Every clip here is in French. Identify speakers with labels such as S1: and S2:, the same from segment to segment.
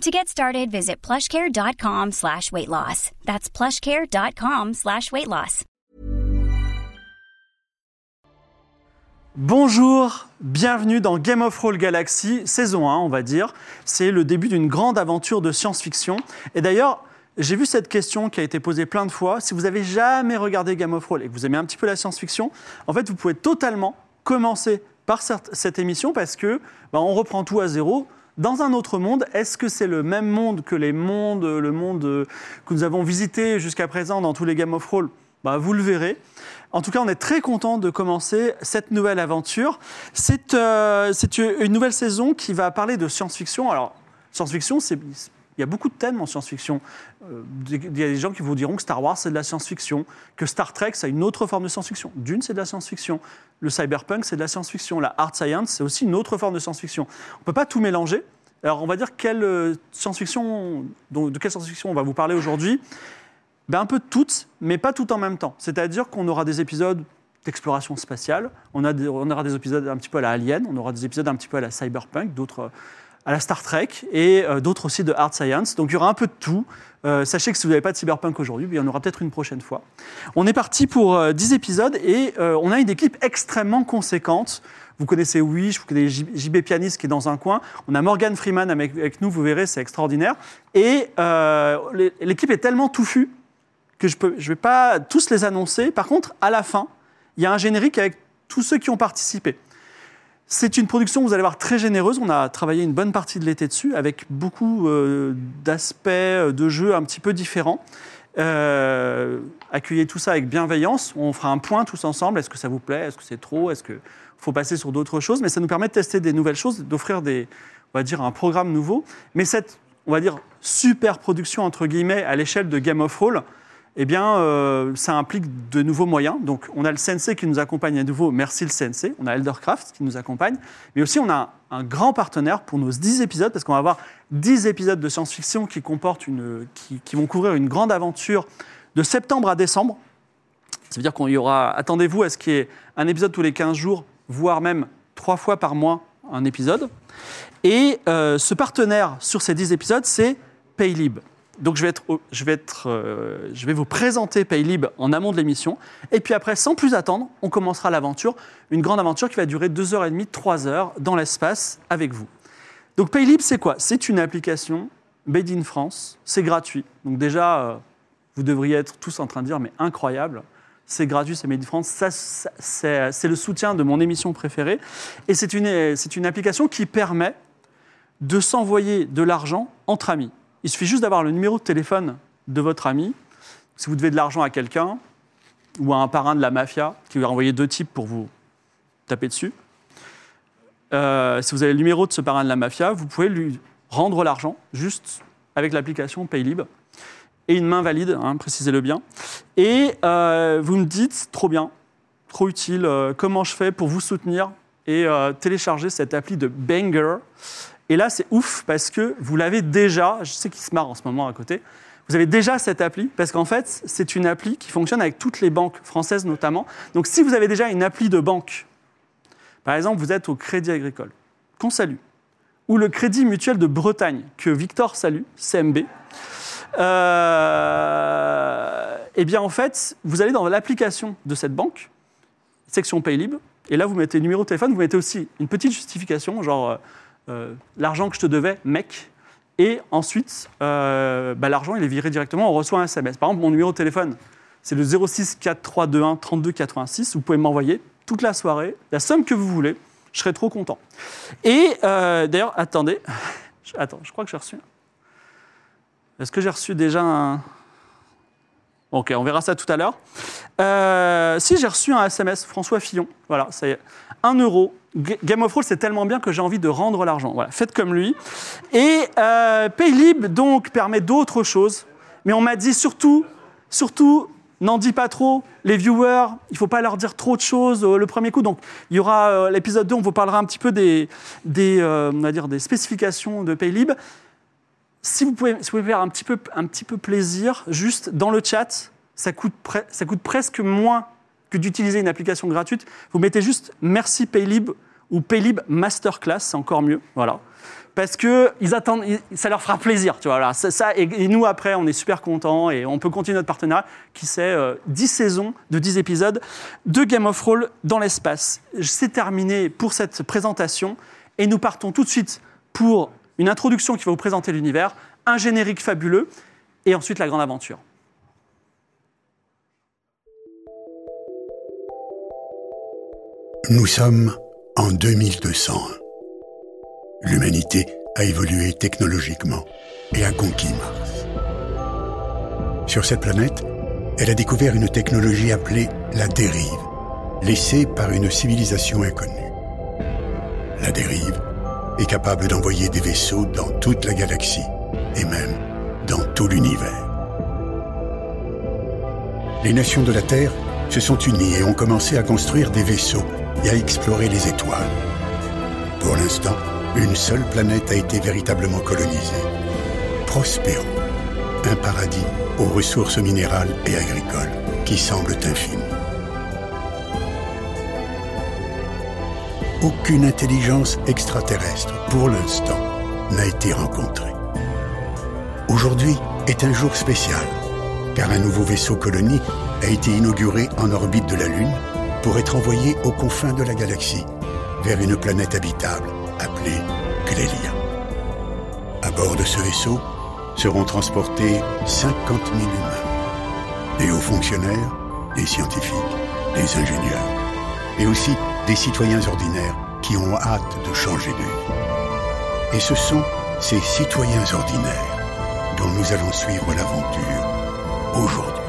S1: To get started, visit plushcare.com slash weight loss. That's plushcare.com slash weight loss.
S2: Bonjour, bienvenue dans Game of Roll Galaxy, saison 1 on va dire. C'est le début d'une grande aventure de science-fiction. Et d'ailleurs, j'ai vu cette question qui a été posée plein de fois. Si vous avez jamais regardé Game of Thrones et que vous aimez un petit peu la science-fiction, en fait, vous pouvez totalement commencer par cette émission parce que bah, on reprend tout à zéro. Dans un autre monde, est-ce que c'est le même monde que les mondes, le monde euh, que nous avons visité jusqu'à présent dans tous les Game of Thrones bah, Vous le verrez. En tout cas, on est très content de commencer cette nouvelle aventure. C'est euh, une nouvelle saison qui va parler de science-fiction. Alors, science-fiction, c'est il y a beaucoup de thèmes en science-fiction. Il y a des gens qui vous diront que Star Wars, c'est de la science-fiction, que Star Trek, c'est une autre forme de science-fiction. Dune, c'est de la science-fiction. Le cyberpunk, c'est de la science-fiction. La hard science, c'est aussi une autre forme de science-fiction. On ne peut pas tout mélanger. Alors, on va dire quelle euh, science-fiction, de quelle science-fiction on va vous parler aujourd'hui ben, Un peu de toutes, mais pas toutes en même temps. C'est-à-dire qu'on aura des épisodes d'exploration spatiale, on, a des, on aura des épisodes un petit peu à la Alien, on aura des épisodes un petit peu à la cyberpunk, d'autres euh, à la Star Trek et euh, d'autres aussi de Hard Science. Donc il y aura un peu de tout. Euh, sachez que si vous n'avez pas de cyberpunk aujourd'hui, ben, il y en aura peut-être une prochaine fois. On est parti pour euh, 10 épisodes et euh, on a une équipe extrêmement conséquente. Vous connaissez Wish, vous connaissez JB Pianiste qui est dans un coin. On a Morgan Freeman avec, avec nous, vous verrez, c'est extraordinaire. Et euh, l'équipe est tellement touffue que je ne je vais pas tous les annoncer. Par contre, à la fin, il y a un générique avec tous ceux qui ont participé. C'est une production, vous allez voir, très généreuse. On a travaillé une bonne partie de l'été dessus, avec beaucoup euh, d'aspects euh, de jeux un petit peu différents. Euh, accueillez tout ça avec bienveillance. On fera un point tous ensemble. Est-ce que ça vous plaît Est-ce que c'est trop Est-ce qu'il faut passer sur d'autres choses Mais ça nous permet de tester des nouvelles choses, d'offrir des, on va dire, un programme nouveau. Mais cette, on va dire, super production entre guillemets à l'échelle de Game of Thrones, eh bien, euh, ça implique de nouveaux moyens. Donc, on a le Sensei qui nous accompagne à nouveau, merci le Sensei. On a Eldercraft qui nous accompagne. Mais aussi, on a un, un grand partenaire pour nos 10 épisodes, parce qu'on va avoir 10 épisodes de science-fiction qui, comportent une, qui, qui, vont couvrir une grande aventure de septembre à décembre. Ça veut dire qu'on y aura, attendez-vous à ce qu'il y ait un épisode tous les 15 jours, voire même 3 fois par mois un épisode. Et euh, ce partenaire sur ces 10 épisodes, c'est Paylib. Donc je vais, être, je, vais être, euh, je vais, vous présenter Paylib en amont de l'émission. Et puis après, sans plus attendre, on commencera l'aventure. Une grande aventure qui va durer 2h30, 3h dans l'espace avec vous. Donc Paylib, c'est quoi C'est une application made in France. C'est gratuit. Donc déjà, euh, vous devriez être tous en train de dire, mais incroyable. C'est gratuit, c'est Made in France. c'est le soutien de mon émission préférée. Et c'est une, une application qui permet de s'envoyer de l'argent entre amis. Il suffit juste d'avoir le numéro de téléphone de votre ami. Si vous devez de l'argent à quelqu'un ou à un parrain de la mafia qui lui a envoyé deux types pour vous taper dessus, euh, si vous avez le numéro de ce parrain de la mafia, vous pouvez lui rendre l'argent juste avec l'application Paylib et une main valide, hein, précisez-le bien. Et euh, vous me dites, trop bien, trop utile, euh, comment je fais pour vous soutenir et euh, télécharger cette appli de Banger. Et là, c'est ouf parce que vous l'avez déjà, je sais qu'il se marre en ce moment à côté, vous avez déjà cette appli parce qu'en fait, c'est une appli qui fonctionne avec toutes les banques françaises notamment. Donc si vous avez déjà une appli de banque, par exemple, vous êtes au Crédit Agricole, qu'on salue, ou le Crédit Mutuel de Bretagne, que Victor salue, CMB, euh, eh bien en fait, vous allez dans l'application de cette banque, section Paylib, et là, vous mettez le numéro de téléphone, vous mettez aussi une petite justification, genre... Euh, l'argent que je te devais, mec. Et ensuite, euh, bah, l'argent, il est viré directement, on reçoit un SMS. Par exemple, mon numéro de téléphone, c'est le 06 4321 32 86. Vous pouvez m'envoyer toute la soirée, la somme que vous voulez. Je serai trop content. Et euh, d'ailleurs, attendez. Attends, je crois que j'ai reçu. Est-ce que j'ai reçu déjà un. Ok, on verra ça tout à l'heure. si j'ai reçu un SMS, François Fillon, voilà, ça y est. 1 euro Game of Thrones, c'est tellement bien que j'ai envie de rendre l'argent. Voilà, faites comme lui. Et euh, Paylib, donc, permet d'autres choses. Mais on m'a dit surtout, surtout, N'en dis pas trop, les viewers, il faut pas leur dire trop de choses euh, le premier coup. Donc, il y aura euh, l'épisode 2, on vous parlera un petit peu des, des, euh, on va dire, des spécifications de Paylib. Si vous pouvez, si vous pouvez faire un petit, peu, un petit peu plaisir, juste dans le chat, ça coûte, pre- ça coûte presque moins que d'utiliser une application gratuite. Vous mettez juste merci Paylib ou Paylib Masterclass, c'est encore mieux. Voilà. Parce que ils attendent, ils- ça leur fera plaisir, tu vois. voilà. Ça, ça- et, et nous, après, on est super contents et on peut continuer notre partenariat qui c'est euh, 10 saisons de 10 épisodes de Game of Roll dans l'espace. C'est terminé pour cette présentation et nous partons tout de suite pour une introduction qui va vous présenter l'univers, un générique fabuleux et ensuite la grande aventure.
S3: Nous sommes en 2201. L'humanité a évolué technologiquement et a conquis Mars. Sur cette planète, elle a découvert une technologie appelée la dérive, laissée par une civilisation inconnue. La dérive est capable d'envoyer des vaisseaux dans toute la galaxie et même dans tout l'univers. Les nations de la Terre se sont unies et ont commencé à construire des vaisseaux et à explorer les étoiles. Pour l'instant, une seule planète a été véritablement colonisée. Prospero, un paradis aux ressources minérales et agricoles qui semblent infinies. Aucune intelligence extraterrestre, pour l'instant, n'a été rencontrée. Aujourd'hui est un jour spécial, car un nouveau vaisseau colonie a été inauguré en orbite de la Lune pour être envoyé aux confins de la galaxie, vers une planète habitable appelée Clélia. À bord de ce vaisseau seront transportés 50 000 humains, des hauts fonctionnaires, des scientifiques, des ingénieurs, et aussi des citoyens ordinaires qui ont hâte de changer de vie. Et ce sont ces citoyens ordinaires dont nous allons suivre l'aventure aujourd'hui.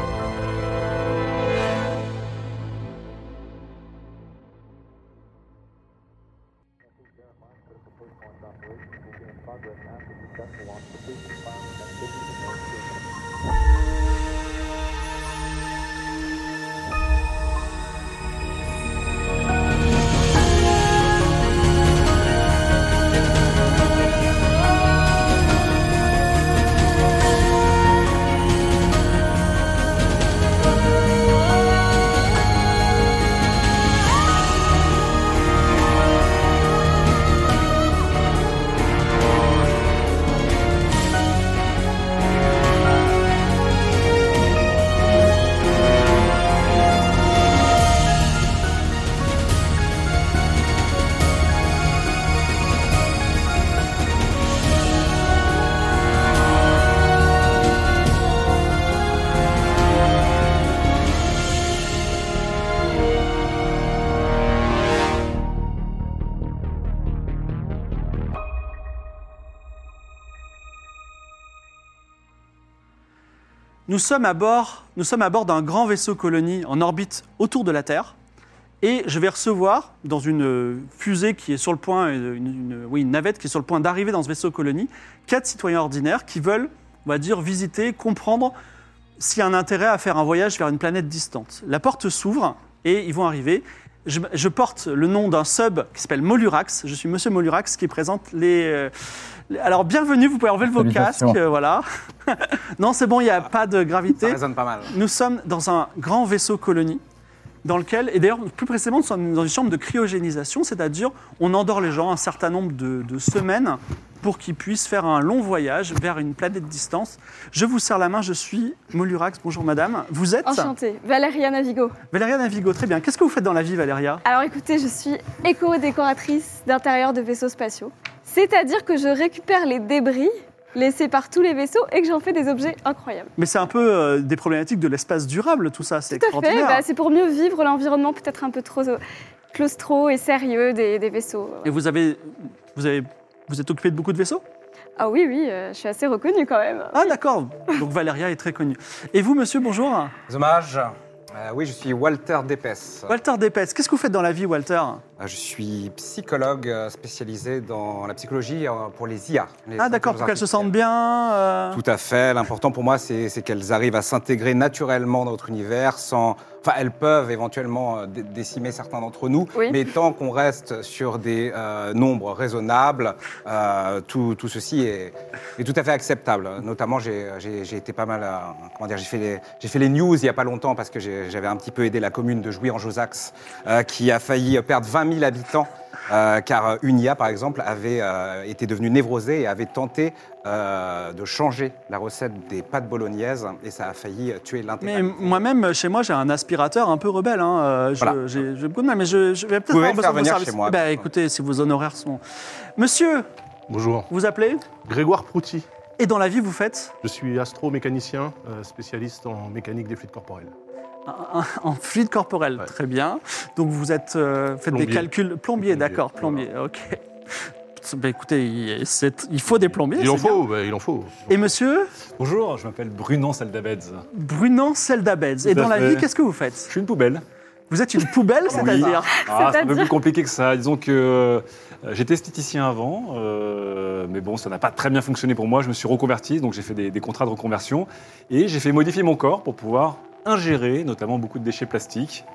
S2: Nous sommes à bord, nous sommes à bord d'un grand vaisseau colonie en orbite autour de la Terre. Et je vais recevoir, dans une euh, fusée qui est sur le point, une, une- oui, une navette qui est sur le point d'arriver dans ce vaisseau colonie, quatre citoyens ordinaires qui veulent, on va dire, visiter, comprendre s'il y a un intérêt à faire un voyage vers une planète distante. La porte s'ouvre et ils vont arriver. Je, je porte le nom d'un sub qui s'appelle Molurax. Je suis Monsieur Molurax qui présente les. euh, les- alors bienvenue, vous pouvez enlever vos casques,
S4: Salutations.
S2: euh, voilà. non, c'est bon, il n'y a pas de
S5: Ça
S2: gravité.
S5: résonne pas mal.
S2: Nous sommes dans un grand vaisseau colonie, dans lequel, et d'ailleurs plus précisément, nous sommes dans une chambre de cryogénisation, c'est-à-dire on endort les gens un certain nombre de, de semaines pour qu'ils puissent faire un long voyage vers une planète distance. Je vous serre la main, je suis Molurax, bonjour madame. Vous êtes
S6: Enchantée, Valéria Navigo.
S2: Valéria Navigo, très bien. Qu'est-ce que vous faites dans la vie Valéria
S6: Alors écoutez, je suis éco-décoratrice d'intérieur de vaisseaux spatiaux. C'est-à-dire que je récupère les débris laissés par tous les vaisseaux et que j'en fais des objets incroyables.
S2: Mais c'est un peu euh, des problématiques de l'espace durable, tout ça, c'est
S6: Tout à fait,
S2: extraordinaire.
S6: bah, c'est pour mieux vivre l'environnement peut-être un peu trop euh, claustro et sérieux des, des vaisseaux.
S2: Et vous avez, vous avez, vous êtes occupé de beaucoup de vaisseaux
S6: Ah oui, oui, euh, je suis assez reconnue quand même.
S2: Ah d'accord, donc Valéria est très connue. Et vous monsieur, bonjour
S5: Dommage.
S4: Euh, oui, je suis Walter Dépès.
S2: Walter Dépès, qu'est-ce que vous faites dans la vie, Walter
S4: Euh, Je suis psychologue euh, spécialisé dans la psychologie euh, pour les IA. les
S2: Ah, d'accord, pour qu'elles se
S4: intelligences
S2: sentent bien. euh,
S4: Tout à fait. L'important pour moi, c'est c'est qu'elles arrivent à s'intégrer naturellement dans notre univers sans. Enfin, elles peuvent éventuellement euh, dé- décimer certains d'entre nous,
S6: Oui.
S4: mais tant qu'on reste sur des euh, nombres raisonnables, euh, tout, tout ceci est, est tout à fait acceptable. Notamment, j'ai- j'ai j'ai été pas mal. à- comment dire J'ai fait, les- j'ai fait les news il y a pas longtemps parce que j'ai- j'avais un petit peu aidé la commune de Jouy-en-Jausax, euh, qui a failli perdre 20 000 habitants. euh, car euh, une IA, par exemple, avait euh, été devenue névrosée et avait tenté euh, de changer la recette des pâtes bolognaises et ça a failli tuer
S2: Mais
S4: l'intégralité.
S2: moi-même, chez moi, j'ai un aspirateur un peu rebelle. Hein. euh, je-
S4: Voilà.
S2: j'ai- j'ai beaucoup de mal, mais je, je vais peut-être
S4: Vous pouvez
S2: avoir
S4: le
S2: besoin
S4: faire
S2: de vos
S4: venir
S2: services.
S4: chez moi.
S2: Eh ben, écoutez, si vos honoraires sont... Monsieur,
S5: Bonjour.
S2: vous appelez
S5: Grégoire Prouty.
S2: Et dans la vie, vous faites
S5: Je suis astromécanicien, euh, spécialiste en mécanique des fluides corporels.
S2: un- un- en fluide corporel.
S5: Ouais.
S2: Très bien. Donc, vous êtes, euh, faites des
S5: Plombier.
S2: calculs... Plombier,
S5: Plombier,
S2: d'accord, plombier, ok. Ben, écoutez, il, c'est- il faut des plombiers.
S5: il en
S2: c'est bien.
S5: faut, ouais, il en faut.
S2: Et monsieur
S7: Bonjour, je m'appelle Brunan Saldabedz.
S2: Brunan Seldabeds. Et
S7: Tout à
S2: dans la
S7: fait.
S2: vie, qu'est-ce que vous
S7: Je
S2: faites
S7: suis une poubelle.
S2: Vous êtes une poubelle, c'est-à-dire
S7: Ah, c'est un peu
S6: C'est-à-dire
S7: plus compliqué que ça. Disons que euh, j'étais esthéticien avant, euh, mais bon, ça n'a pas très bien fonctionné pour moi. Je me suis reconverti, donc j'ai fait des, des contrats de reconversion et j'ai fait modifier mon corps pour pouvoir ingérer notamment beaucoup de déchets plastiques.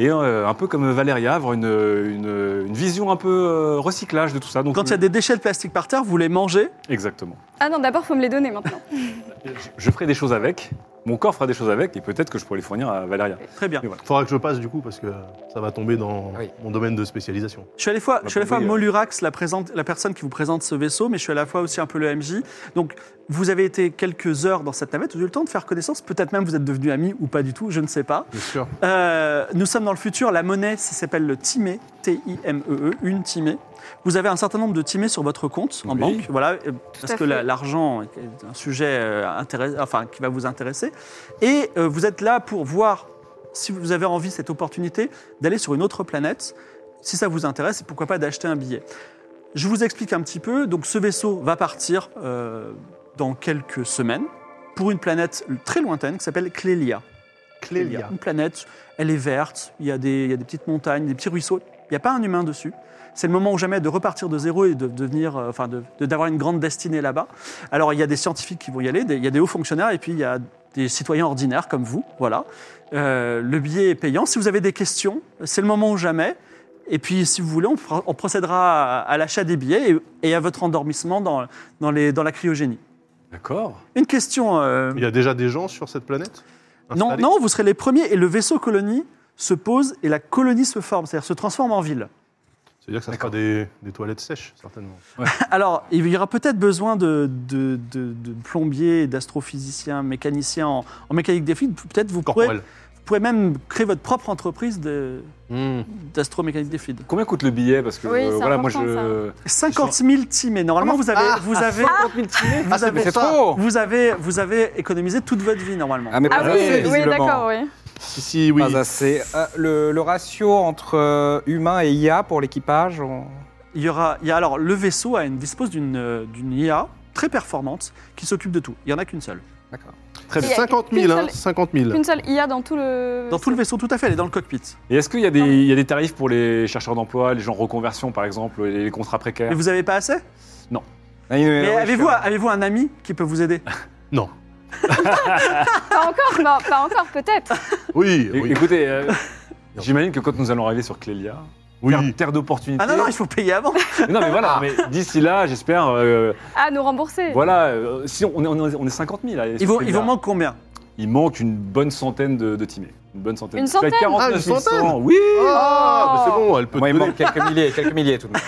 S7: Et euh, un peu comme Valéria, avoir une, une- une vision un peu euh, recyclage de tout ça. Donc euh,
S2: Quand il y a des déchets de plastique par terre, vous les mangez
S7: Exactement.
S6: Ah non, d'abord, faut me les donner maintenant.
S7: Je, je ferai des choses avec, mon corps fera des choses avec, et peut-être que je pourrai les fournir à Valéria.
S2: Très bien.
S5: Il faudra que je passe du coup parce que ça va tomber dans
S4: Ah oui.
S5: mon domaine de spécialisation.
S2: Je suis à la fois, je suis à la fois
S7: Bah, oui, euh.
S2: Molurax, la, présente- la personne qui vous présente ce vaisseau, mais je suis à la fois aussi un peu le MJ. Donc, vous avez été quelques heures dans cette navette, vous avez eu le temps de faire connaissance, peut-être même vous êtes devenus amis ou pas du tout, je ne sais pas.
S5: Bien sûr.
S2: Euh, nous sommes dans le futur, la monnaie ça s'appelle le Timé, T-I-M-E-E, E une Timé. Vous avez un certain nombre de Timé sur votre compte en
S7: Oui.
S2: banque, voilà, euh, parce
S6: à
S2: que
S6: fait.
S2: la- l'argent est un sujet euh, intéress- enfin, qui va vous intéresser. Et euh, vous êtes là pour voir si vous avez envie, cette opportunité, d'aller sur une autre planète, si ça vous intéresse, et pourquoi pas d'acheter un billet. Je vous explique un petit peu. Donc, ce vaisseau va partir euh, dans quelques semaines pour une planète très lointaine qui s'appelle Clélia. Clélia.
S5: Clélia.
S2: Une planète, elle est verte, il y, a des, il y a des petites montagnes, des petits ruisseaux, il n'y a pas un humain dessus. C'est le moment ou jamais de repartir de zéro et de devenir, euh, enfin, de- de- d'avoir une grande destinée là-bas. Alors, il y a des scientifiques qui vont y aller, des- il y a des hauts fonctionnaires et puis il y a des citoyens ordinaires comme vous, voilà. Euh, le billet est payant. Si vous avez des questions, c'est le moment ou jamais. Et puis, si vous voulez, on, fera- on procédera à, à l'achat des billets et, et à votre endormissement dans, dans, les, dans la cryogénie.
S7: D'accord.
S2: Une question. euh,
S5: Il y a déjà des gens sur cette planète
S2: non,
S5: installés
S2: non, vous serez les premiers et le vaisseau colonie se pose et la colonie se forme, c'est-à-dire se transforme en ville.
S5: C'est-à-dire que ça sera des, des toilettes sèches, certainement.
S2: Alors, il y aura peut-être besoin de, de, de- de plombiers, d'astrophysiciens, mécaniciens en, en mécanique des fluides. Peut-être vous pourrez,
S5: Corporelles.
S2: vous pourrez même créer votre propre entreprise de-
S5: Hmm.
S2: d'astromécanique des fluides.
S7: Combien coûte le billet Parce que euh,
S6: Oui, c'est
S7: voilà, moi
S6: important,
S7: je. Ah,
S2: 50 000 timés. Normalement, vous avez, vous avez, vous
S4: Mais
S2: avez,
S4: c'est trop
S2: vous avez, vous avez économisé toute votre vie normalement.
S4: Ah, mais
S6: Ah
S4: pas
S6: oui,
S4: assez,
S6: oui,
S4: visiblement.
S6: d'accord, oui.
S5: Si, si, oui.
S4: Pas assez. Euh, le, le ratio entre euh, humain et IA pour l'équipage on-
S2: Il y aura, il y a alors le vaisseau a une, dispose d'une euh, d'une IA très performante qui s'occupe de tout. Il y en a qu'une seule.
S4: D'accord.
S5: Très bien.
S6: Il y a
S5: 50 000, hein,
S6: qu'une seule-
S5: 50 000.
S6: Qu'une seule IA dans tout le.
S2: Dans tout le vaisseau, tout à fait, elle est dans le cockpit.
S7: Et est-ce qu'il y, a des- il y a des tarifs pour les chercheurs d'emploi, les gens en reconversion par exemple, et les contrats précaires
S2: Mais vous avez pas assez
S4: Ah, oui,
S2: Mais
S4: oui, je
S2: avez-vous
S4: suis-
S2: avez-vous un ami qui peut vous aider
S5: Non.
S6: Pas encore, non, pas encore, peut-être.
S5: Oui,
S7: É-
S5: oui.
S7: Écoutez, euh, j'imagine que quand nous allons arriver sur Clélia,
S5: oui.
S7: terre, terre d'opportunités.
S2: Ah non non, il faut payer avant.
S7: Mais non, mais voilà, mais d'ici là, j'espère. euh,
S6: Ah, nous rembourser.
S7: voilà, euh, si on, on est, on est 50 000 là. sur
S2: Il vous
S7: Clélia.
S2: il vous manque combien
S7: Il manque une bonne centaine de, de timés. Une bonne centaine. Oh.
S6: Une
S7: Ça doit être
S6: centaine
S7: 49
S5: Ah, une centaine
S7: 100, Oui
S5: Ah, bah, c'est bon, elle peut
S4: Moi,
S5: te
S4: il me
S5: donner.
S4: manque quelques milliers, quelques milliers tout de même.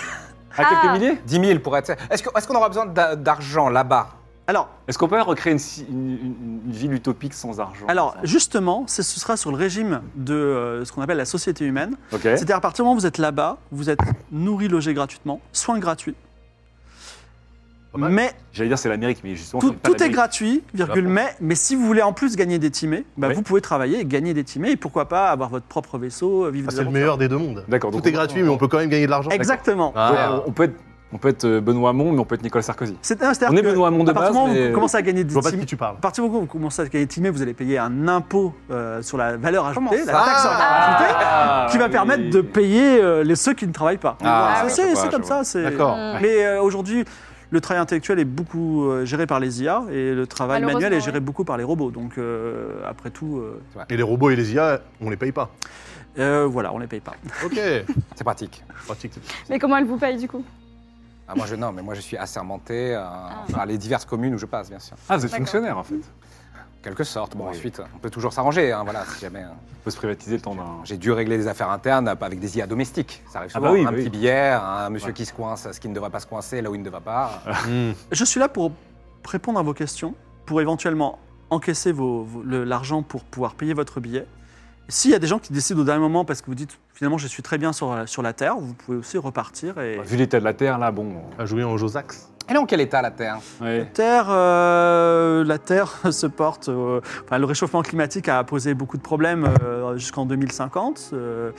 S7: À quelques
S6: Ah.
S7: milliers
S4: 10 000 pour être. Est-ce que- est-ce qu'on aura besoin d'a- d'argent là-bas
S2: Alors
S7: Est-ce qu'on peut recréer une, si- une- une- une ville utopique sans argent
S2: alors
S5: hein.
S2: justement, ce ce sera sur le régime de euh, ce qu'on appelle la société humaine.
S7: Ok.
S2: C'est-à-dire à partir du moment où vous êtes là-bas, vous êtes nourri, logé gratuitement, soins gratuits.
S5: Pas mal.
S2: Mais
S7: J'allais dire c'est l'Amérique, mais justement.
S2: Tout,
S7: c'est pas
S2: tout est
S7: l'Amérique.
S2: gratuit, virgule, mais, mais si vous voulez en plus gagner des timés, bah,
S7: Oui.
S2: vous pouvez travailler et gagner des timés, et pourquoi pas avoir votre propre vaisseau, euh, vivre
S5: Ah,
S2: des
S5: c'est le
S2: aventures.
S5: meilleur des deux mondes.
S7: D'accord.
S5: Tout
S7: donc
S5: est
S7: on-
S5: gratuit, mais on peut quand même gagner de l'argent.
S2: Exactement.
S5: Ah,
S7: on, on peut être On peut être euh, Benoît Hamon, mais on peut être Nicolas Sarkozy.
S2: C'est un
S7: On est Benoît Hamon de
S2: À partir
S7: base,
S2: du moment où
S7: mais
S2: vous commencez à gagner
S5: Je
S2: des
S5: vois pas de
S2: teams-
S5: qui tu parles.
S2: à partir du moment où vous commencez à gagner des teams, vous allez payer un impôt euh, sur la valeur ajoutée,
S4: Comment
S2: la
S4: ça
S2: taxe sur la valeur ajoutée,
S7: Ah,
S2: qui va
S7: oui.
S2: permettre de payer euh, les, ceux qui ne travaillent pas.
S4: Ah,
S2: C'est-
S4: je
S2: c'est
S4: vois,
S2: c'est
S4: je
S2: comme ça.
S4: vois.
S2: c'est-
S5: D'accord.
S6: Mm.
S2: Mais euh, aujourd'hui, le travail intellectuel est beaucoup euh, géré par les IA et le travail
S6: Malheureusement,
S2: manuel est géré
S6: ouais.
S2: beaucoup par les robots. Donc, euh, après tout, euh,
S5: Et les robots et les IA, on les paye pas.
S2: euh, voilà, on les paye pas.
S5: Ok.
S4: C'est pratique.
S5: Pratique.
S6: Mais comment elle vous paye du coup
S4: Ah, moi, je, non, mais moi, je suis assermenté euh, par les diverses communes où je passe, bien sûr.
S7: Ah, vous êtes
S6: D'accord.
S7: fonctionnaire en fait. On
S4: En quelque sorte. Bon,
S7: Oui.
S4: ensuite, on peut toujours s'arranger, hein, voilà, si jamais. hein.
S7: peut se privatiser le temps d'un.
S4: J'ai dû régler des affaires internes euh, avec des IA domestiques. Ça arrive
S7: Ah
S4: souvent.
S7: bah oui,
S4: un
S7: bah
S4: petit
S7: oui.
S4: billet, un monsieur
S7: Ouais.
S4: qui se coince, ce qui ne devrait pas se coincer, là où il ne devrait pas.
S5: Hmm.
S2: Je suis là pour répondre à vos questions, pour éventuellement encaisser vos- vos- le- l'argent pour pouvoir payer votre billet. S'il y a des gens qui décident au dernier moment parce que vous dites finalement je suis très bien sur, la- sur la Terre, vous pouvez aussi repartir. Et...
S7: Vu l'état de la Terre, là, bon.
S5: À Ah, jouer en Josax.
S4: Elle est en quel état, la Terre
S7: Ouais.
S2: Terre, euh, la Terre se porte. euh, enfin, le réchauffement climatique a posé beaucoup de problèmes euh, jusqu'en 2050. euh,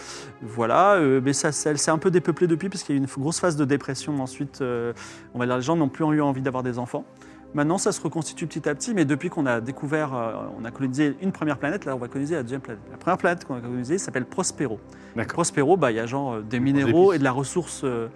S2: voilà, euh, mais ça, ça- elle s'est un peu dépeuplée depuis parce qu'il y a eu une grosse phase de dépression. Ensuite, euh, on va dire les gens n'ont plus eu envie d'avoir des enfants. Maintenant, ça se reconstitue petit à petit, mais depuis qu'on a découvert, euh, on a colonisé une première planète, là, on va coloniser la deuxième planète. La première planète qu'on a colonisée s'appelle Prospero.
S7: D'accord.
S2: Prospero, bah, il y a genre euh, des minéraux et de la ressource euh,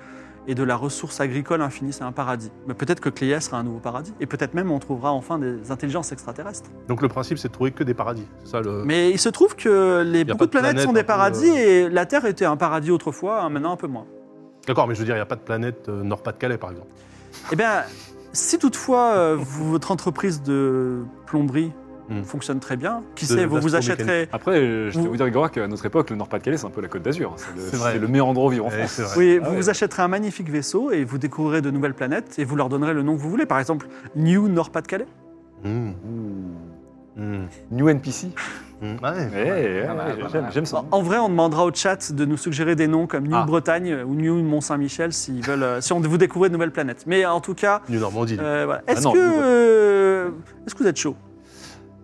S2: et de la ressource agricole infinie, c'est un paradis. Mais peut-être que Cléa sera un nouveau paradis, et peut-être même on trouvera enfin des intelligences extraterrestres.
S5: Donc le principe, c'est de trouver que des paradis. C'est ça le.
S2: Mais il se trouve que les
S5: Y a
S2: beaucoup
S5: pas
S2: de
S5: de
S2: planètes
S5: planète
S2: sont
S5: un
S2: des
S5: peu,
S2: paradis, et
S5: euh,
S2: la Terre était un paradis autrefois, hein, maintenant un peu moins.
S5: D'accord, mais je veux dire, il n'y a pas de planète euh, Nord-Pas-de-Calais, par exemple.
S2: Eh bien, si toutefois euh, vous- votre entreprise de plomberie
S5: Hmm.
S2: fonctionne très bien, qui
S5: De-
S2: sait, vous vous
S5: d'astromécanique.
S2: achèterez.
S7: Après, euh, je vais
S2: Vous-
S7: vous dire, Grégoire, qu'à notre époque, le Nord-Pas-de-Calais, c'est un peu la Côte d'Azur. C'est le,
S5: C'est vrai.
S7: c'est le meilleur endroit où vivre en
S5: Eh,
S7: France.
S5: c'est vrai.
S2: Oui,
S7: Ah
S2: vous
S7: ouais.
S2: vous achèterez un magnifique vaisseau et vous découvrirez de nouvelles planètes et vous leur donnerez le nom que vous voulez. Par exemple, New Nord-Pas-de-Calais.
S5: Hmm.
S7: Ouh.
S5: Hmm.
S7: New NPC.
S5: Hmm. Ouais. bah,
S7: Eh, eh,
S4: pas mal,
S7: eh,
S4: pas
S7: j'aime-
S4: mal.
S7: J'aime ça.
S2: En vrai, on demandera au chat de nous suggérer des noms comme New
S5: Ah.
S2: Bretagne ou New Mont-Saint-Michel s'ils veulent, euh, si on vous découvrez de nouvelles planètes. Mais en tout cas,
S5: New Normandie.
S2: euh, voilà.
S7: Ah
S2: est-ce
S7: non,
S2: que,
S7: New Bretagne.
S2: euh, est-ce que vous êtes chaud